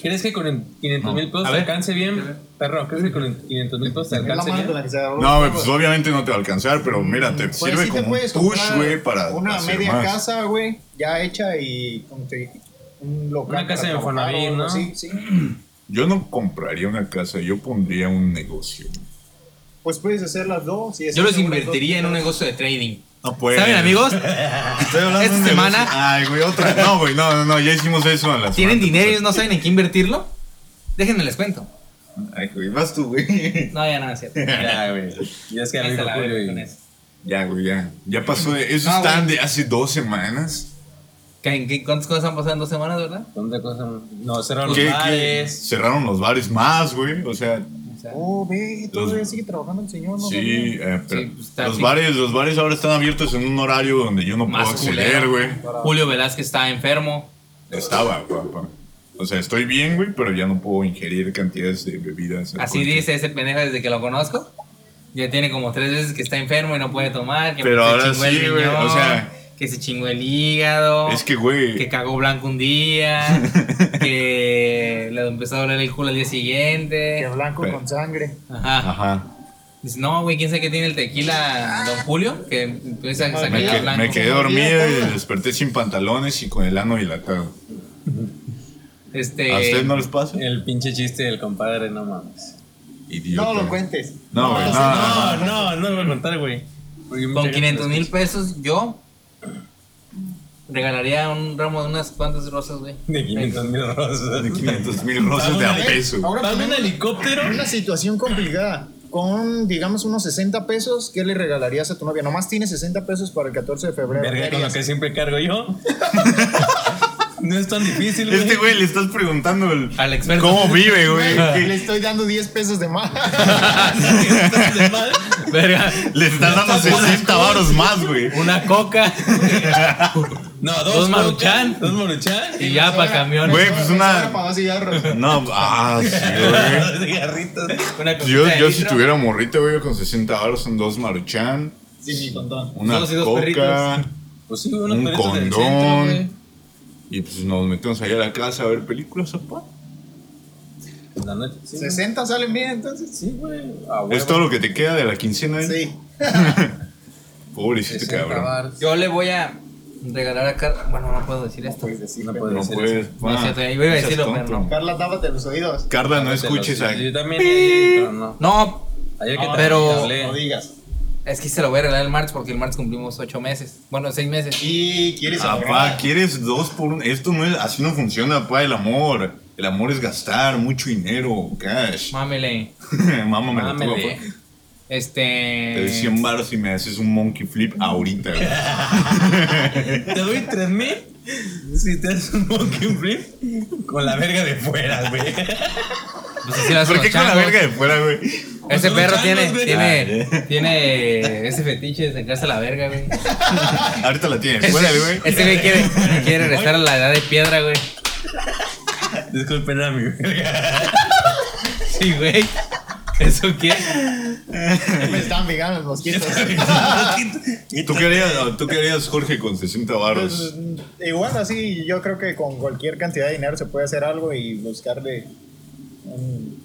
¿Crees que con 500 mil pesos A te ver. alcance bien? Perro, ¿crees que con 500 mil pesos te Es la alcance mano con la bien? que se agarró. No, güey, pues obviamente no te va a alcanzar, pero mira, te Pues sirve sí te como un puedes push, comprar güey, para Una hacer media más. casa, güey, ya hecha y. como te dije, un local. Una casa para de trabajar Infonavit, o algo ¿no? así, sí. Yo no compraría una casa, yo pondría un negocio. Pues puedes hacer las dos. y Yo los hacer una- invertiría en un negocio de trading. No puede. ¿Saben, amigos? Estoy hablando de Esta un negocio. semana- Ay, güey, otra. No, güey, no, no, no, ya hicimos eso en la ¿Tienen semana dinero y no saben en qué invertirlo? Déjenme les cuento. pasada. Ay, güey, vas tú, güey. No, ya nada, es cierto. Ya, güey. Ya es que Ahí amigo se la Julio ve con y- eso. Ya, güey, ya. Ya pasó de. Eso No, está güey. de hace dos semanas. ¿Qué- qué- ¿Cuántas cosas han pasado en dos semanas, verdad? ¿Dónde cosas? No, cerraron ¿Qué- los qué? bares. Cerraron los bares más, güey. O sea, O sea, Oh, ve, todavía sigue trabajando el señor, ¿no? sí, eh, pero Sí, pues, está los fin- bares, los bares ahora están abiertos en un horario donde yo no puedo Más acceder, culero. güey. Julio Velázquez está enfermo. Estaba, guapa. O sea, estoy bien, güey, pero ya no puedo ingerir cantidades de bebidas. Así alcohólicas. dice ese pendejo desde que lo conozco. Ya tiene como tres veces que está enfermo y no puede tomar. que Pero se ahora chingó el sí, güey. O riñón. sea, que se chingó el hígado. Es que, güey. que cagó blanco un día, que le empezó a doler el culo al día Que siguiente. blanco con sangre. Ajá. Ajá. Dice, no, güey, ¿quién sabe qué tiene el tequila, don Julio? Que empieza a sacar Me, que- el blanco. me quedé dormido y desperté sin pantalones y con el ano dilatado. Este, ¿A ustedes no les pasa? El pinche chiste del compadre, no mames. Idiota. No lo cuentes. No, güey, no, No, no, no. no, no lo voy a contar, güey. Porque mucha con gente 500 lo mil escucha. pesos yo regalaría un ramo de unas cuantas rosas, güey. De 500 mil rosas. De 500 mil rosas de a peso. Ahora Dame un ponemos helicóptero. una situación complicada. Con, digamos, unos 60 pesos, ¿qué le regalarías a tu novia? Nomás tienes 60 pesos para el 14 de febrero. ¿Qué Verga, con lo harías? que siempre cargo yo. no es tan difícil, güey. Este güey le estás preguntando el- Al experto. cómo vive, güey. Güey, Le ¿Qué- estoy dando 10 pesos de más. Estás de mal. Verga, Le estás dando 60 varos más, güey. una coca No, dos, Dos coca, Maruchan. Dos maruchan. y ya para camión. Güey, pues una- Para dos cigarros. No, ah, sí, güey. Dos cigarritos. Una coquita Yo, de yo si litro. tuviera morrito, güey, con 60 varos, son dos maruchan, Sí, condón. una Dos y dos coca perritos. Pues sí, unos Un perritos del condón. centro, güey. y pues nos metemos allá a la casa a ver películas, papá. La noche, sí, 60 salen bien, entonces. Sí, güey. A Es huevo. todo lo que te queda de la quincena, ¿eh? Sí. Pobrecito este cabrón. Yo le voy a regalar a Car... Bueno, no puedo decir esto. No No puede ser. puedes. No es ah, cierto, yo iba a seas decirlo, tonto. pero no. Carla, tápate los oídos. Carla, no escuches a. Yo también. eh, pero no. No, Ayer que No, te pero- te hablé. No digas. es que se lo voy a regalar el martes porque el martes cumplimos ocho meses. Bueno, seis meses. Y quieres Papá, ahorrar. Ah, ¿quieres dos por un? Esto no es. Así no funciona, papá, el amor. El amor es gastar mucho dinero, cash. Mámele. Mamá, me lo Mámele. Te doy Este. 100 baros y me haces un monkey flip ahorita, güey. Te doy 3000 si te haces un monkey flip con la verga de fuera, güey. Pues así lo hacen ¿Por qué los con la changos. verga de fuera, güey? Ese Son los perro tiene, changos, güey. tiene, Ah, tiene ese fetiche de sacarse a la verga, güey. Ahorita la tienes, fuera, güey. Ese ese güey quiere, quiere regresar a la edad de piedra, güey. Disculpen a mi verga. Sí, güey. ¿Eso qué? Me están pegando los mosquitos. ¿Tú querías, tú querías, Jorge, con 60 Pues, baros? igual así, yo creo que con cualquier cantidad de dinero se puede hacer algo y buscarle. un-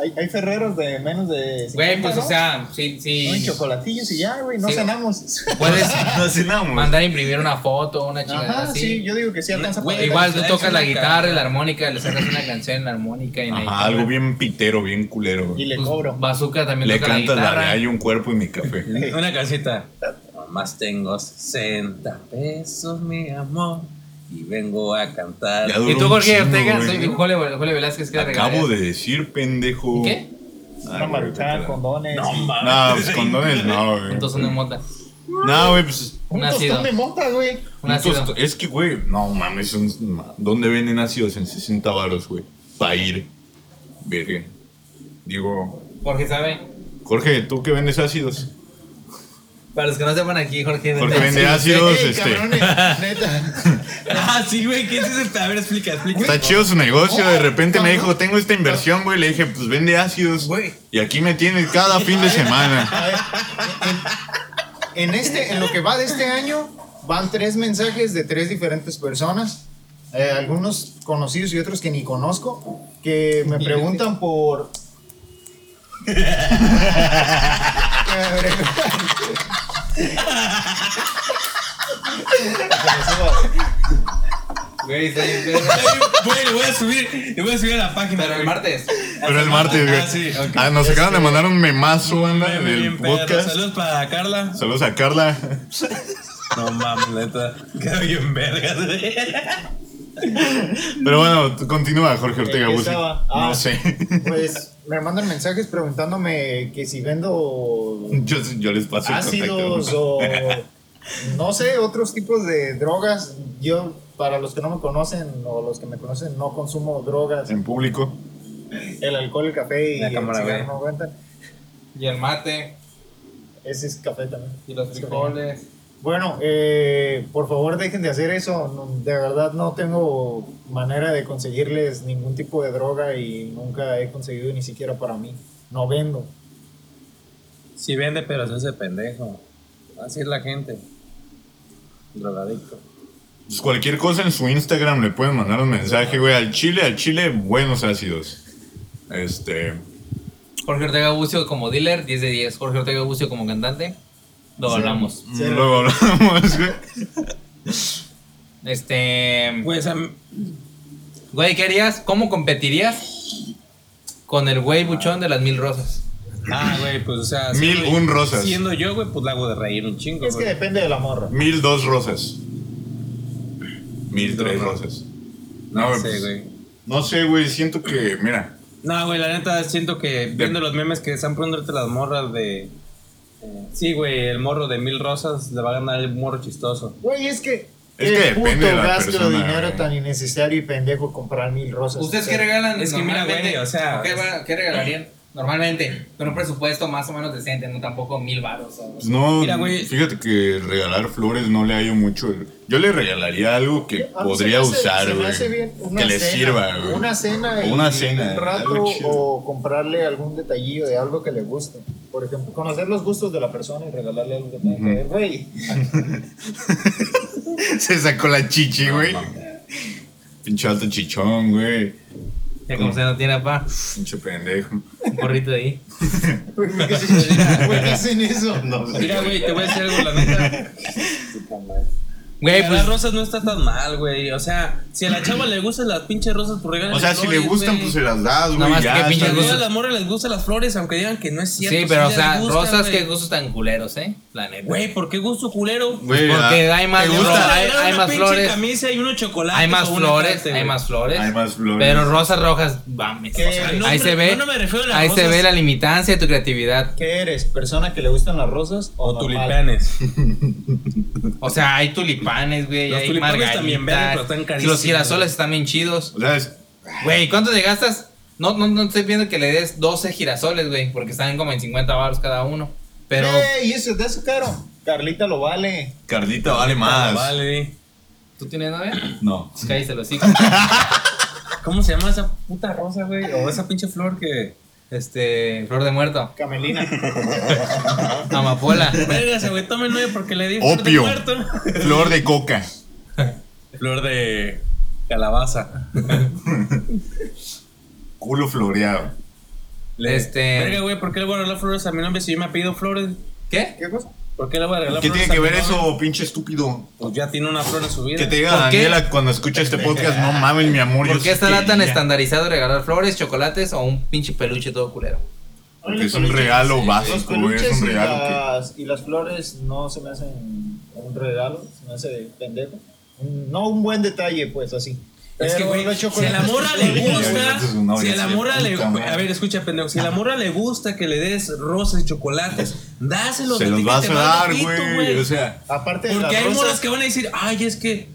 Hay, hay ferreros de menos de. 50, Güey, pues, ¿no? o sea, sí, Un sí. chocolatillos y ya, güey, no Sí. cenamos. Puedes No cenamos. mandar a imprimir una foto, una chingada Ajá, así. sí, yo digo que sí alcanza Güey, para- Igual tú Es tocas la una guitarra y cara. la armónica, le sacas una canción en la armónica y en la Ajá, guitarra. algo bien pitero, bien culero. Y güey. le Pues, cobro. Bazooka también Le toca la cantas la de guitarra. hay un cuerpo y mi café. Una casita. Nomás tengo 60 pesos, mi amor. Y vengo a cantar. Ya duró Y tú, un Jorge chingo, Ortega, güey. soy Julio, Julio Velázquez, que le Acabo regalarías? de decir, pendejo. ¿Qué? Ah, Una güey, maruchan, vete a la- condones. No, pues condones no, güey. Un tostón de mota. No, güey, pues. Un Un tostón ácido. de mota, güey. Un un ácido. tosto- Es que, güey, no mames. un- ma- ¿Dónde venden ácidos en 60 baros, güey? Para ir. Verga. Digo, Jorge sabe. Jorge, ¿tú qué vendes ácidos? Para los que no sepan aquí, Jorge. Jorge vende ácidos, este. neta. Ah, sí, güey. ¿Qué es ese? A ver, explica, explica. Está chido su negocio, Oh, de repente me dijo, tengo esta inversión, güey, le dije, pues vende ácidos. Güey. Y aquí me tienes cada fin de semana. A ver, en, en este, en lo que va de este año, van tres mensajes de tres diferentes personas, eh, algunos conocidos y otros que ni conozco, que me preguntan por. que me preguntan- Güey, soy un perro. Güey, le voy a subir. Le voy a subir a la página. Pero el güey. martes. Pero el martes, güey. Ah, sí, ok. Ah, nos acaban de mandar un memazo, Güey, banda, en el bien perro. podcast. Saludos para Carla. Saludos a Carla. No mames, neta. Quedó bien verga, güey. Pero bueno, tú continúa, Jorge Ortega. ¿En Eh, qué Busi. estaba? No Ah. sé. Pues me mandan mensajes preguntándome que si vendo Yo, yo les paso el contacto. ácidos o no sé, otros tipos de drogas. Yo, para los que no me conocen o los que me conocen, no consumo drogas. En público. El alcohol, el café y La el cámara, cigarro güey. no aguantan. Y el mate. Ese es café también. Y los Es frijoles. café. Bueno, eh, por favor dejen de hacer eso. No, De verdad no tengo manera de conseguirles ningún tipo de droga y nunca he conseguido ni siquiera para mí. No vendo. Sí vende, pero es ese pendejo. Así es la gente. Drogadicto. Pues cualquier cosa en su Instagram le pueden mandar un mensaje, güey. Al chile, al chile, buenos ácidos. Este. Jorge Ortega Bucio como dealer, 10 de 10. Jorge Ortega Bucio como cantante, lo hablamos. mm, Luego hablamos, güey. Este. Güey, o sea, m- Güey, ¿qué harías? ¿Cómo competirías con el güey buchón de las mil rosas? ah, güey, pues, o sea. Mil siendo- un rosas. Siendo yo, güey, pues la hago de reír un chingo. Es que güey. depende de la morra. Mil dos rosas. Mil tres rosas. No, No güey. sé, pues, güey. No sé, güey. Siento que, mira. No, güey, la neta siento que viendo los memes que están poniéndote las morras de. eh, sí, güey, el morro de mil rosas le va a ganar el morro chistoso. Güey, es que. Es qué que depende puto de la gasto persona, de dinero güey. tan innecesario y pendejo comprar mil rosas. ¿Ustedes O qué sea, regalan? Es que mira, normalmente? güey, o sea, ¿Qué, va- qué regalarían? Normalmente, con un presupuesto más o menos decente, no tampoco mil baros. o- Pues no, Mira, güey. fíjate que regalar flores no le hallo mucho. Yo le regalaría algo que a mí podría se me hace- se usar, me güey. hace bien una Que le cena, sirva, güey. Una cena. O y una cena, Un algo rato chido. o comprarle algún detallillo de algo que le guste. Por ejemplo, conocer los gustos de la persona y regalarle algo que tenga que ver. Güey, Se sacó la chichi, güey. Pinche alto chichón, güey. Ya como usted no tiene, pa, Pinche pendejo. un porrito ahí. ¿por qué se- güey, ¿qué hacen eso? Mira, güey, te voy a decir algo, la neta. Güey, las pues. rosas no está tan mal, güey. O sea, si a la chava le gustan las pinches rosas, pues regálale O sea, si le flores, gustan, güey. pues se las das, Nada güey. más que Ya, pinches está Si a bien. rosas. las morras les gustan las flores, aunque digan que no es cierto. Sí, pero o les sea, gustan, rosas güey. que gustos tan culeros, ¿eh? La neta. Güey, ¿por qué gusto culero? Güey, Pues Porque ah, hay más ¿te de gusta? rosa, Le hay, regalaron hay una más pinche flores. camisa y unos chocolates Hay más o una flores, carta, hay güey. más flores. Hay más flores. Pero rosas rojas, vamos. ¿Qué? O sea, No, hombre, ahí se ve. yo no me refiero a las ahí se rosas. ve la limitancia de tu creatividad. ¿Qué eres? ¿Persona que le gustan las rosas o, O normal? tulipanes. O sea, hay tulipanes, güey. Los Hay tulipanes margaritas. también verdes, pero están y carísimos. los girasoles están bien chidos. O sea, es- Güey, ¿cuánto te gastas? No, no, no estoy viendo que le des 12 girasoles, güey, porque están como en 50 baros cada uno. Pero, Güey, ¿y eso te hace caro? Carlita lo vale. Carlita vale más. Vale. ¿tú tienes novia? No. Pues cállese los hijos. ¿Cómo se llama esa puta rosa, güey? O esa pinche flor que. Este, flor de muerto. Camelina. Amapola. Verga, se güey, tome nueve porque le di flor de Opio. muerto. Flor de coca. Flor de calabaza. Culo floreado. Le- Este- Verga, güey, ¿por qué le voy a regalar flores a mi nombre si yo me ha pedido flores? ¿Qué? ¿Qué cosa? ¿Por qué le voy a regalar ¿Qué flores? tiene que a mi ver novia? eso, pinche estúpido? Pues ya tiene una flor en su vida. Que te diga ¿Por qué? Daniela cuando escucha este podcast, no mames, mi amor. yo ¿Por qué sí estará tan quería. estandarizado regalar flores, chocolates o un pinche peluche todo culero? Porque es un regalo Los básico, güey, peluches es un y, regalo que. las, y las flores no se me hacen un regalo, se me hace pendejo. Un- No un buen detalle, pues así. Es que, Pero güey, los si a la chocolates- morra le Ya, gusta, ya, ya, ya, si a la ya, morra le puta madre. a ver, escucha, pendejo, si a la morra le gusta que le des rosas y chocolates, dáselos. Se a ti los que vas te a va dar, poquito, güey. O sea, Aparte de Porque las hay morras rosas, que van a decir, ay, es que,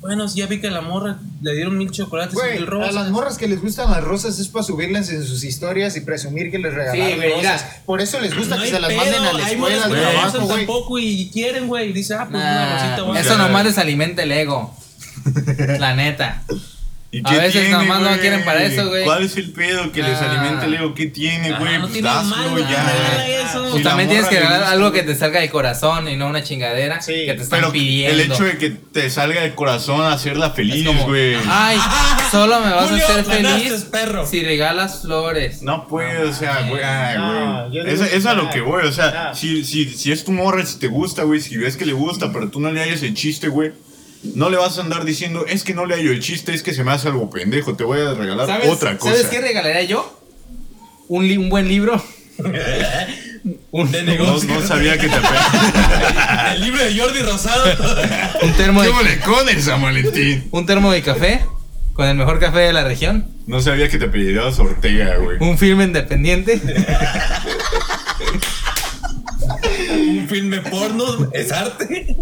bueno, ya vi que a la morra le dieron mil chocolates y güey, mil a las rosas. morras que les gustan las rosas es para subirlas en sus historias y presumir que les regalaron Sí, güey, rosas. mira. Por eso les gusta No que hay se las pedo, manden a la hay escuela, morras al que no trabajo, usan güey. tampoco y quieren, güey, dice, ah, pues una Nah, rosita, güey. eso nomás les alimenta el ego. La neta. ¿y A qué veces tiene, nomás no güey? quieren para eso, güey. ¿Cuál es el pedo que les Ah. alimenta el ego? ¿Qué tiene, Ah, güey? no Pues tiene dáselo malo, regala ya. eso. Sí, Pues la también morra tienes que le regalar gusta, algo güey. que te salga del corazón y no una chingadera Sí, que te están Pero pidiendo. el hecho de que te salga del corazón hacerla feliz, Es como, güey. Ay, solo me vas Julio, a hacer ganaste, feliz perro. si regalas flores. No puede, o sea, güey. ay, No, güey. yo digo Eso que eso es a no. lo que voy, o sea, No. si, si, si es tu morra, si te gusta, güey, si ves que le gusta, pero tú no le hallas el chiste, güey. No le vas a andar diciendo, es que no le hallo el chiste, es que se me hace algo pendejo, te voy a regalar ¿Sabes, otra cosa. ¿Sabes qué regalaría yo? Un, li- un buen libro. un, No, no sabía que te pe- El libro de Jordi Rosado. un termo de, ¿Qué huele con el San Valentín? un termo de café con el mejor café de la región. No sabía que te apellidabas Ortega, güey. Un filme independiente. Un filme porno, es arte.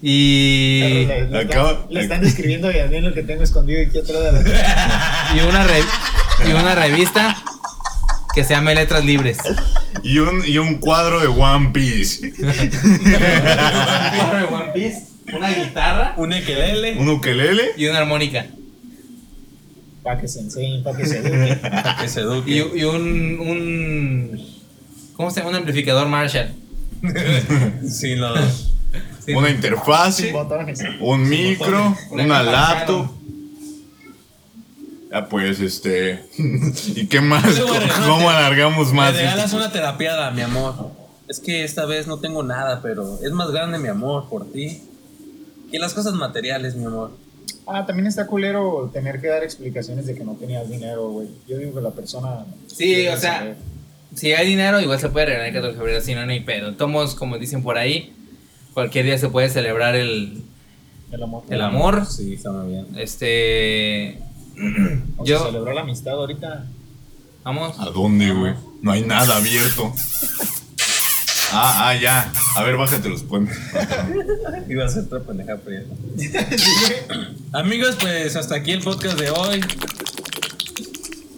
Y, Le, le Acaba- están- le están describiendo a Yasmín lo que tengo escondido aquí atrás de la y, una re- y una revista que se llame Letras Libres. Y un, y un cuadro de One Piece. de One Piece, una guitarra Un equelele. Un ukelele. y una armónica. Para que se enseñen, para que se eduquen. Que se eduque. Y, y un, un. ¿Cómo se llama? Un amplificador Marshall. Sí, no. una interfase, botones. un micro, Una una caja laptop. Ah, pues este. ¿Y qué más? Sí, güey, ¿Cómo- no ¿Cómo te- alargamos Me Pues más? este, regalas esto? una terapiada, mi amor. Es que esta vez no tengo nada, pero es más grande mi amor por ti. Y las cosas materiales, mi amor. Ah, también está culero tener que dar explicaciones de que no tenías dinero, güey. Yo digo que la persona. Sí, o sea, si hay dinero, igual se puede regalar el 14 de febrero, si no, no hay pedo. Tomos, como dicen por ahí, cualquier día se puede celebrar el, El amor. el amor. Sí, está muy bien. Este. Vamos a Yo. celebrar la amistad ahorita. Vamos. ¿A dónde, güey? No hay nada abierto. Ah, ah, ya. A ver, bájate los puentes. Iba a ser otra pendeja, pero ya no. Amigos, pues hasta aquí el podcast de hoy.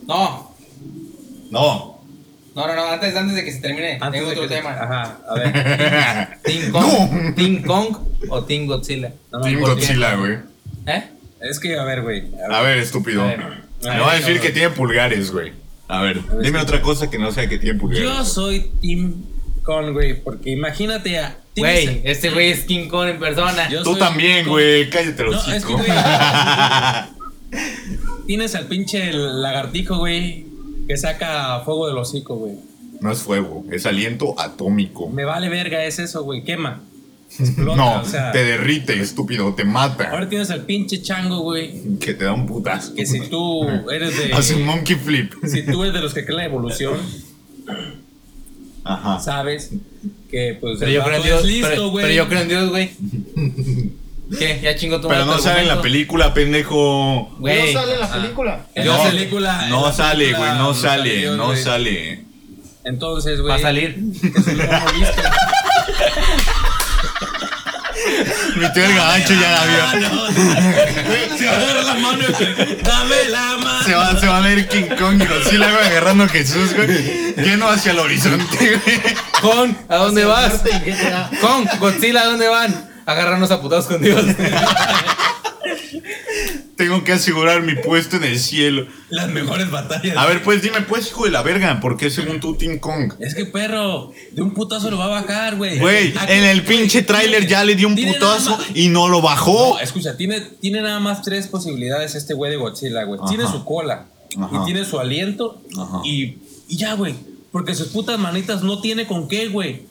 No, No. no, no, no, antes, antes de que se termine, Antes tengo de otro que- tema. Ajá, a ver. Team Kong, Team Kong o Team Godzilla. No, Team porque- Godzilla, güey. ¿Eh? Es que, a ver, güey. a ver. A ver, estúpido. A ver. Me va a decir que tiene pulgares, güey. A ver, dime otra cosa que no sea que tiene pulgares. Yo soy Team Con, güey, porque imagínate a. tienes- Güey, este güey es King Kong en persona. Yo eh, Tú soy también, Kong. güey. Cállate los No, es que, hocico. güey. Tienes al pinche lagartijo, güey, que saca fuego del hocico, güey. No es fuego, es aliento atómico. Me vale verga, es eso, güey, quema. Explota, No, o sea. te derrite, estúpido, te mata. Ahora tienes al pinche chango, güey, Que te da un putazo. que si tú eres de. Hace un monkey flip. si tú eres de los que creen la evolución, Ajá. sabes que pues Pero el yo creo en vato Dios, es listo, pero, güey. pero yo creo en Dios, güey. ¿Qué? Ya chingo tu Pero no otro sale en la argumento. película, pendejo. Güey. No sale la ah. película. En Yo- la película. en No la sale, película güey, no sale sale, Dios, no güey. sale. Entonces, güey. Va a salir. que soy como listo. Mi tío el gabacho ya Ah, la vio. Se va a agarrar la mano, güey. Dame la mano. Se van, se van a ir King Kong y Godzilla, güey, agarrando a Jesús, güey. Lleno hacia el horizonte, güey. Con, ¿a dónde vas? Muerte, ¿qué te da? Con, Godzilla, ¿a dónde van? Agarrarnos a putados con Dios. Tengo que asegurar mi puesto en el cielo. Las mejores batallas. A ver, pues dime, pues, hijo de la verga, ¿por qué según tú King Kong? Es que perro, de un putazo lo va a bajar, güey. Güey, Aquí- en el pinche güey, tráiler tiene- ya le dio un tiene putazo nada más- y no lo bajó. No, escucha, tiene, tiene nada más tres posibilidades este güey de Godzilla, güey. Ajá. Tiene su cola Ajá. y tiene su aliento Ajá. y, y ya, güey. Porque sus putas manitas no tiene con qué, güey.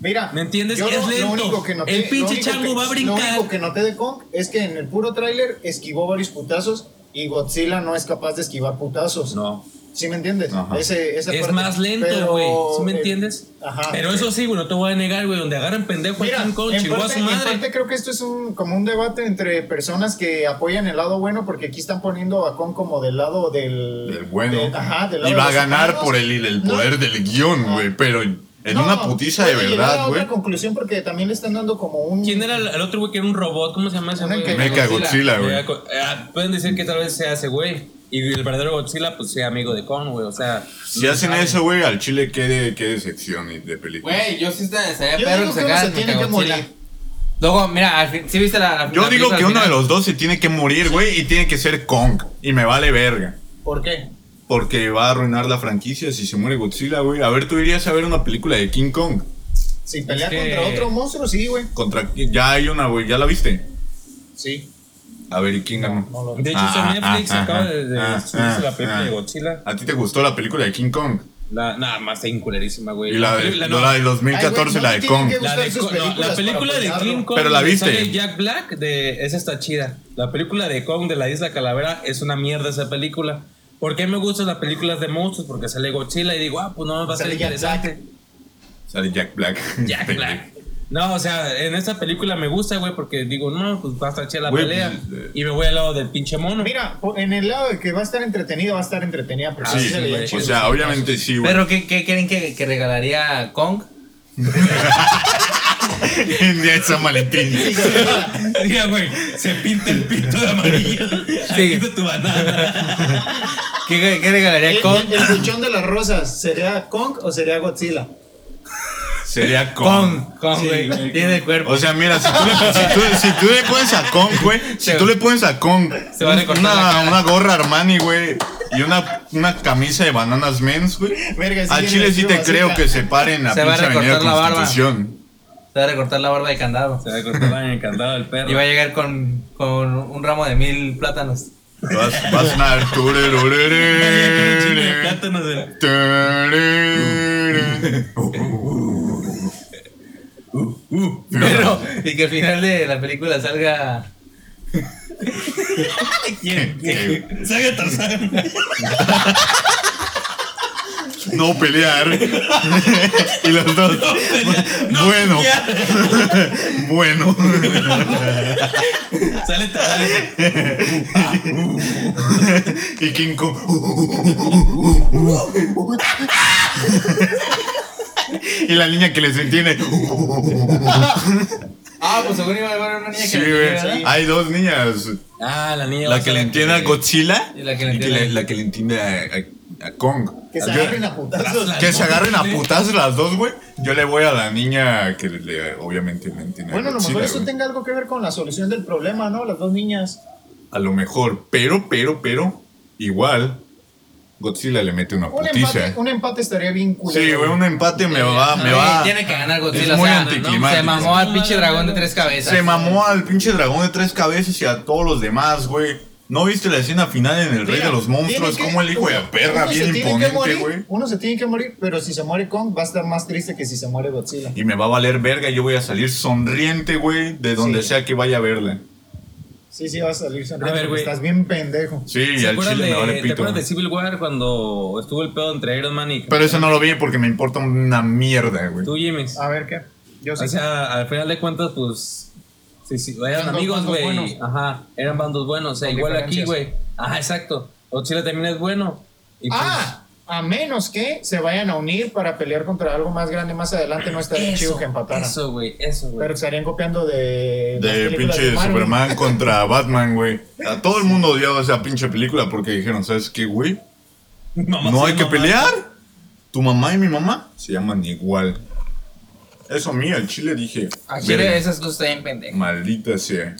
Mira, ¿Me entiendes? yo Es lento. noté- El pinche lo único chango que- va a brincar. Lo único que noté de Kong es que en el puro tráiler esquivó varios putazos y Godzilla no es capaz de esquivar putazos. No. ¿Sí me entiendes? Ajá. Ese, esa Es parte. más lento, Pero, güey. ¿Sí me eh, entiendes? ajá. Pero eso sí, güey, no te voy a negar, güey. Donde agarran pendejo Mira, a King Kong, en, chingó a parte, su en madre. parte creo que esto es un, como un debate entre personas que apoyan el lado bueno porque aquí están poniendo a Kong como del lado del... Del Eh, bueno. del- ajá, del lado y va a de los ganar humanos. por el, el No, poder del guión, güey. Pero en no, una putiza de puede llegar a verdad, güey. otra conclusión porque también le están dando como un... ¿Quién era el, el otro güey que era un robot? ¿Cómo se llama ese Era el güey? que- Mecha Godzilla, güey. Eh, co- eh, Pueden decir que tal vez sea ese güey. Y el verdadero Godzilla, pues sea amigo de Kong, güey. O sea. Si hacen eso, güey, al chile qué, de- qué decepción y de película. Güey, yo sí estaría estaría Yo perro digo que que uno sacaran se tiene Mecha que Godzilla. morir. Luego, mira, al fin, ¿sí viste la, la Yo la digo película que al uno de final? los dos se tiene que morir, güey, y tiene que ser Kong. Y me vale verga. ¿Por qué? Porque va a arruinar la franquicia si se muere Godzilla, güey. A ver, tú irías a ver una película de King Kong. Si pelea que- contra otro monstruo, sí, güey. Contra... Ya hay una, güey, ¿ya la viste? Sí. A ver, ¿y quién ganó? No lo De hecho, Ah, está en ah, Netflix ah, acaba ah, de, de ah, subirse la ah, película ah. de Godzilla. ¿A ti te gustó la película de King Kong? La, nada más está inculerísima, güey. Y la de, película- no, no, la del 2014, Ay, güey, no la me de tienen Kong. que la de gustan sus Co- no, la películas película para de apoyarlo. King Kong. Pero la donde viste. sale Jack Black, de, esa está chida. La película de Kong de la Isla Calavera es una mierda esa película. ¿Por qué me gustan las películas de monstruos? Porque sale Godzilla y digo, ah, pues no va a ser Sale Jack interesante. Sale Jack Black. Jack Black. No, o sea, en esta película me gusta, güey, porque digo, no, pues va a estar chida la Güey, pelea. pues, eh. y me voy al lado del pinche mono. Mira, po- en el lado de que va a estar entretenida, va a estar entretenida. Pero Ah, sí, Sí, se le güey. llama o chido. sea, obviamente sí, güey. Pero, ¿qué, qué creen que, que regalaría Kong? En día de San Valentín. Diga, güey, se pinta el pito de amarillo. Aquí está tu banana. ¿Qué, qué regalaría El, Kong? el, el buchón de las rosas, ¿sería Kong o sería Godzilla? Sería Kong. Kong, Kong, güey. tiene el cuerpo. O sea, mira, si tú, le, si tú- si tú le pones a Kong, güey, si tú le pones a Kong Se va a recortar la una, cara. una gorra Armani, güey, y una, una camisa de bananas men's, güey, Verga, sí a tiene Chile sí vestido te bazooka. creo que se paren a Se va a pinche recortar avenida la barba. Constitución. Se va a recortar la barba de candado. Se le cortó la encantado el perro. Y va a llegar con, con un ramo de mil plátanos. Vas, vas a sonar. Un chingo de plátanos del- Pero, y que al final de la película salga. ¿Quién? ¿Quién? Salga Tarzán. No pelear. y los dos. bueno, bueno. Sale Tarzán. y King Kong. y la niña que les entiende. Ah, pues según iba a haber una niña Sí, que le güey. entiende, ¿verdad? Hay dos niñas. Ah, la niña. va La a que le ser- entiende a Godzilla Y la que le y entiende- la que le entiende a, a- a Kong. Que se Yo- agarren a putazos. que se agarren a putas las dos, güey. Yo le voy a la niña que le- obviamente le entiende Bueno, a a lo Godzilla. mejor eso güey. tenga algo que ver con la solución del problema, ¿no? Las dos niñas. A lo mejor, pero, pero, pero, igual, Godzilla le mete una Un putiza. empate, un empate estaría bien culero. Sí, güey, un empate me va, Ah, me Sí, va. Tiene que ganar Godzilla. Es muy o sea, anticlimático. Se mamó al pinche dragón de tres cabezas. Se mamó al pinche dragón de tres cabezas y a todos los demás, güey. ¿No viste la escena final en El Rey Mira, de los Monstruos? tiene que- Como el hijo de uno- perra, uno se bien tiene que imponente, morir, güey. Uno se tiene que morir, pero si se muere Kong va a estar más triste que si se muere Godzilla. Y me va a valer verga y yo voy a salir sonriente, güey, de donde Sí. sea que vaya a verla. Sí, sí, vas a salir sonriendo. A ver, porque güey. Estás bien pendejo. Sí, y ¿Se al acuerdan chile me de- vale ¿Te pito. acuerdas de Civil War cuando estuvo el pedo entre Iron Man y Pero eso no lo vi porque me importa una mierda, güey. tú, Jiménez? A ver qué. Yo Ah, sí. O sea, al final de cuentas, pues. Sí, sí, eran Eran amigos, dos güey. bandos buenos. Ajá, eran bandos buenos. O sea, Con igual aquí, güey. diferencias. Ajá, exacto. Godzilla también es bueno. Y pues, ah, a menos que se vayan a unir para pelear contra algo más grande más adelante, no estaría chido eso, que empataran. eso, güey, eso, güey. Pero estarían copiando de. las De películas pinche Marvel. Superman contra Batman, güey. A todo el mundo odiaba esa pinche película porque dijeron, ¿sabes qué, güey? Mamá, No sí, hay que mamá. pelear. Tu mamá y mi mamá se llaman igual. Eso a mí, al chile dije, Al chile, "Verga, esas cosas están bien pendejas. maldita sea.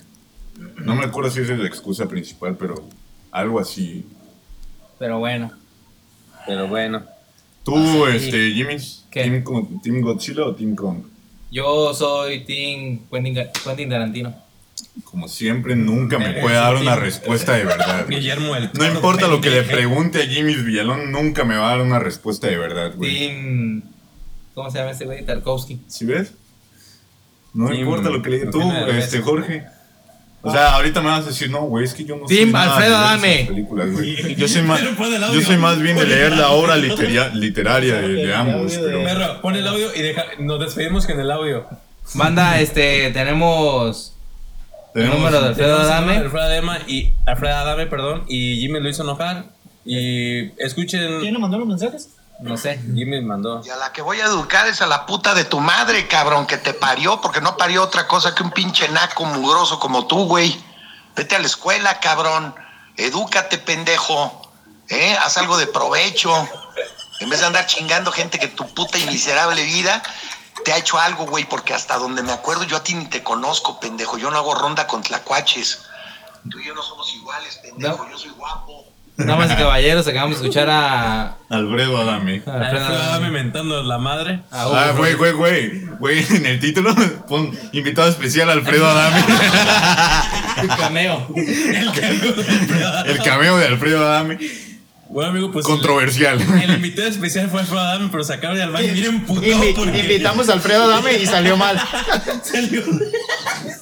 No me acuerdo si esa es la excusa principal, pero algo así. Pero bueno. Pero bueno. Tú, este, Jimmy, ¿Qué? team, Con- team Godzilla o Team Kong? Yo soy Team Quentin, Ga- Quentin Tarantino. Como siempre, nunca me puede dar una respuesta de verdad. güey. Guillermo el No importa lo que le pregunte a Jimmy Villalón, nunca me va a dar una respuesta de verdad, güey. Team. ¿Cómo se llama ese güey? Tarkovsky. ¿Sí ves? No Sí, importa güey. lo que le diga Lo tú, que me debes. este Jorge. O sea, ahorita me vas a decir, no, güey, es que yo no Tim nada Alfredo de ver Adame. esas películas, güey. Yo soy más, Pero pon el audio. yo soy más bien de leer la obra litera- literaria de, de ambos, El audio de- pero Perro, pon el audio y deja, nos despedimos con el audio. Banda, este, tenemos. El tenemos- número de Alfredo Adame. Alfredo Adame y Alfredo Adame, perdón, y Jimmy lo hizo enojar. Y ¿Quién escuchen, le mandó los mensajes? No sé. Jimmy mandó. Y a la que voy a educar es a la puta de tu madre, cabrón, que te parió, porque no parió otra cosa que un pinche naco mugroso como tú, güey. Vete a la escuela, cabrón. Edúcate, pendejo. ¿Eh? Haz algo de provecho. En vez de andar chingando gente que tu puta y miserable vida te ha hecho algo, güey, porque hasta donde me acuerdo yo a ti ni te conozco, pendejo. Yo no hago ronda con tlacuaches. Tú y yo no somos iguales, pendejo. No. Yo soy guapo. Damas y caballeros, acabamos de escuchar a. a Alfredo Adame. Alfredo Alfredo Adame Adame. mentando la madre. A Hugo Ah, güey, Rodríguez. güey, güey. Güey, en el título pon invitado especial Alfredo Adame. Cameo. El cameo de Alfredo Adame. Bueno, amigo, pues. Controversial. El, el invitado especial fue Alfredo Adame, pero sacaron al baño bien puto. Invi- porque Invitamos a Alfredo Adame y salió mal. salió.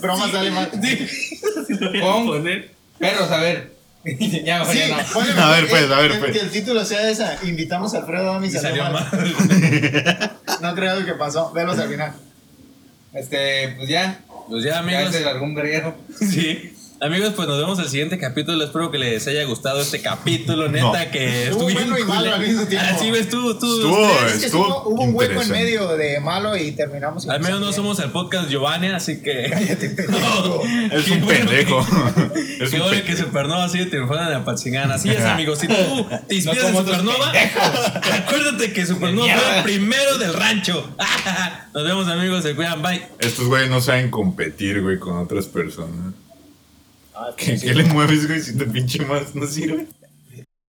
Broma sale mal. Sí. Con perros, a ver. ya, mejor ya no. bueno, A ver, pues, a ver, que- pues. Que el título sea esa. Invitamos a Alfredo Adame y Y salió, salió mal. mal. No creo lo que pasó. Velos al final. Este, pues ya. Pues ya, Ya amigos. es algún guerrero. Sí. Amigos, pues nos vemos en el siguiente capítulo. Espero que les haya gustado este capítulo, neta, No. que Estuvo bien bueno y culero. malo Ah, al mismo tiempo. Así ves tú, tú. Estuvo, ustedes. Es que Oh, estuvo hubo- hubo un hueco en interesante. medio de malo y terminamos. Al menos no somos el podcast Giovanni, así que. Es Qué un bueno que- pendejo. Es Qué un bueno que pendejo. Supernova sigue triunfando en Apatzingán. Así es, amigos. Si tú te inspiras en como otros Supernova, acuérdate que Supernova fue el mierda. primero del rancho. Nos vemos, amigos. Se cuidan. Bye. Estos güeyes no saben competir, güey, con otras personas. ¿Qué, qué le mueves, güey, si tu pinche más no sirve?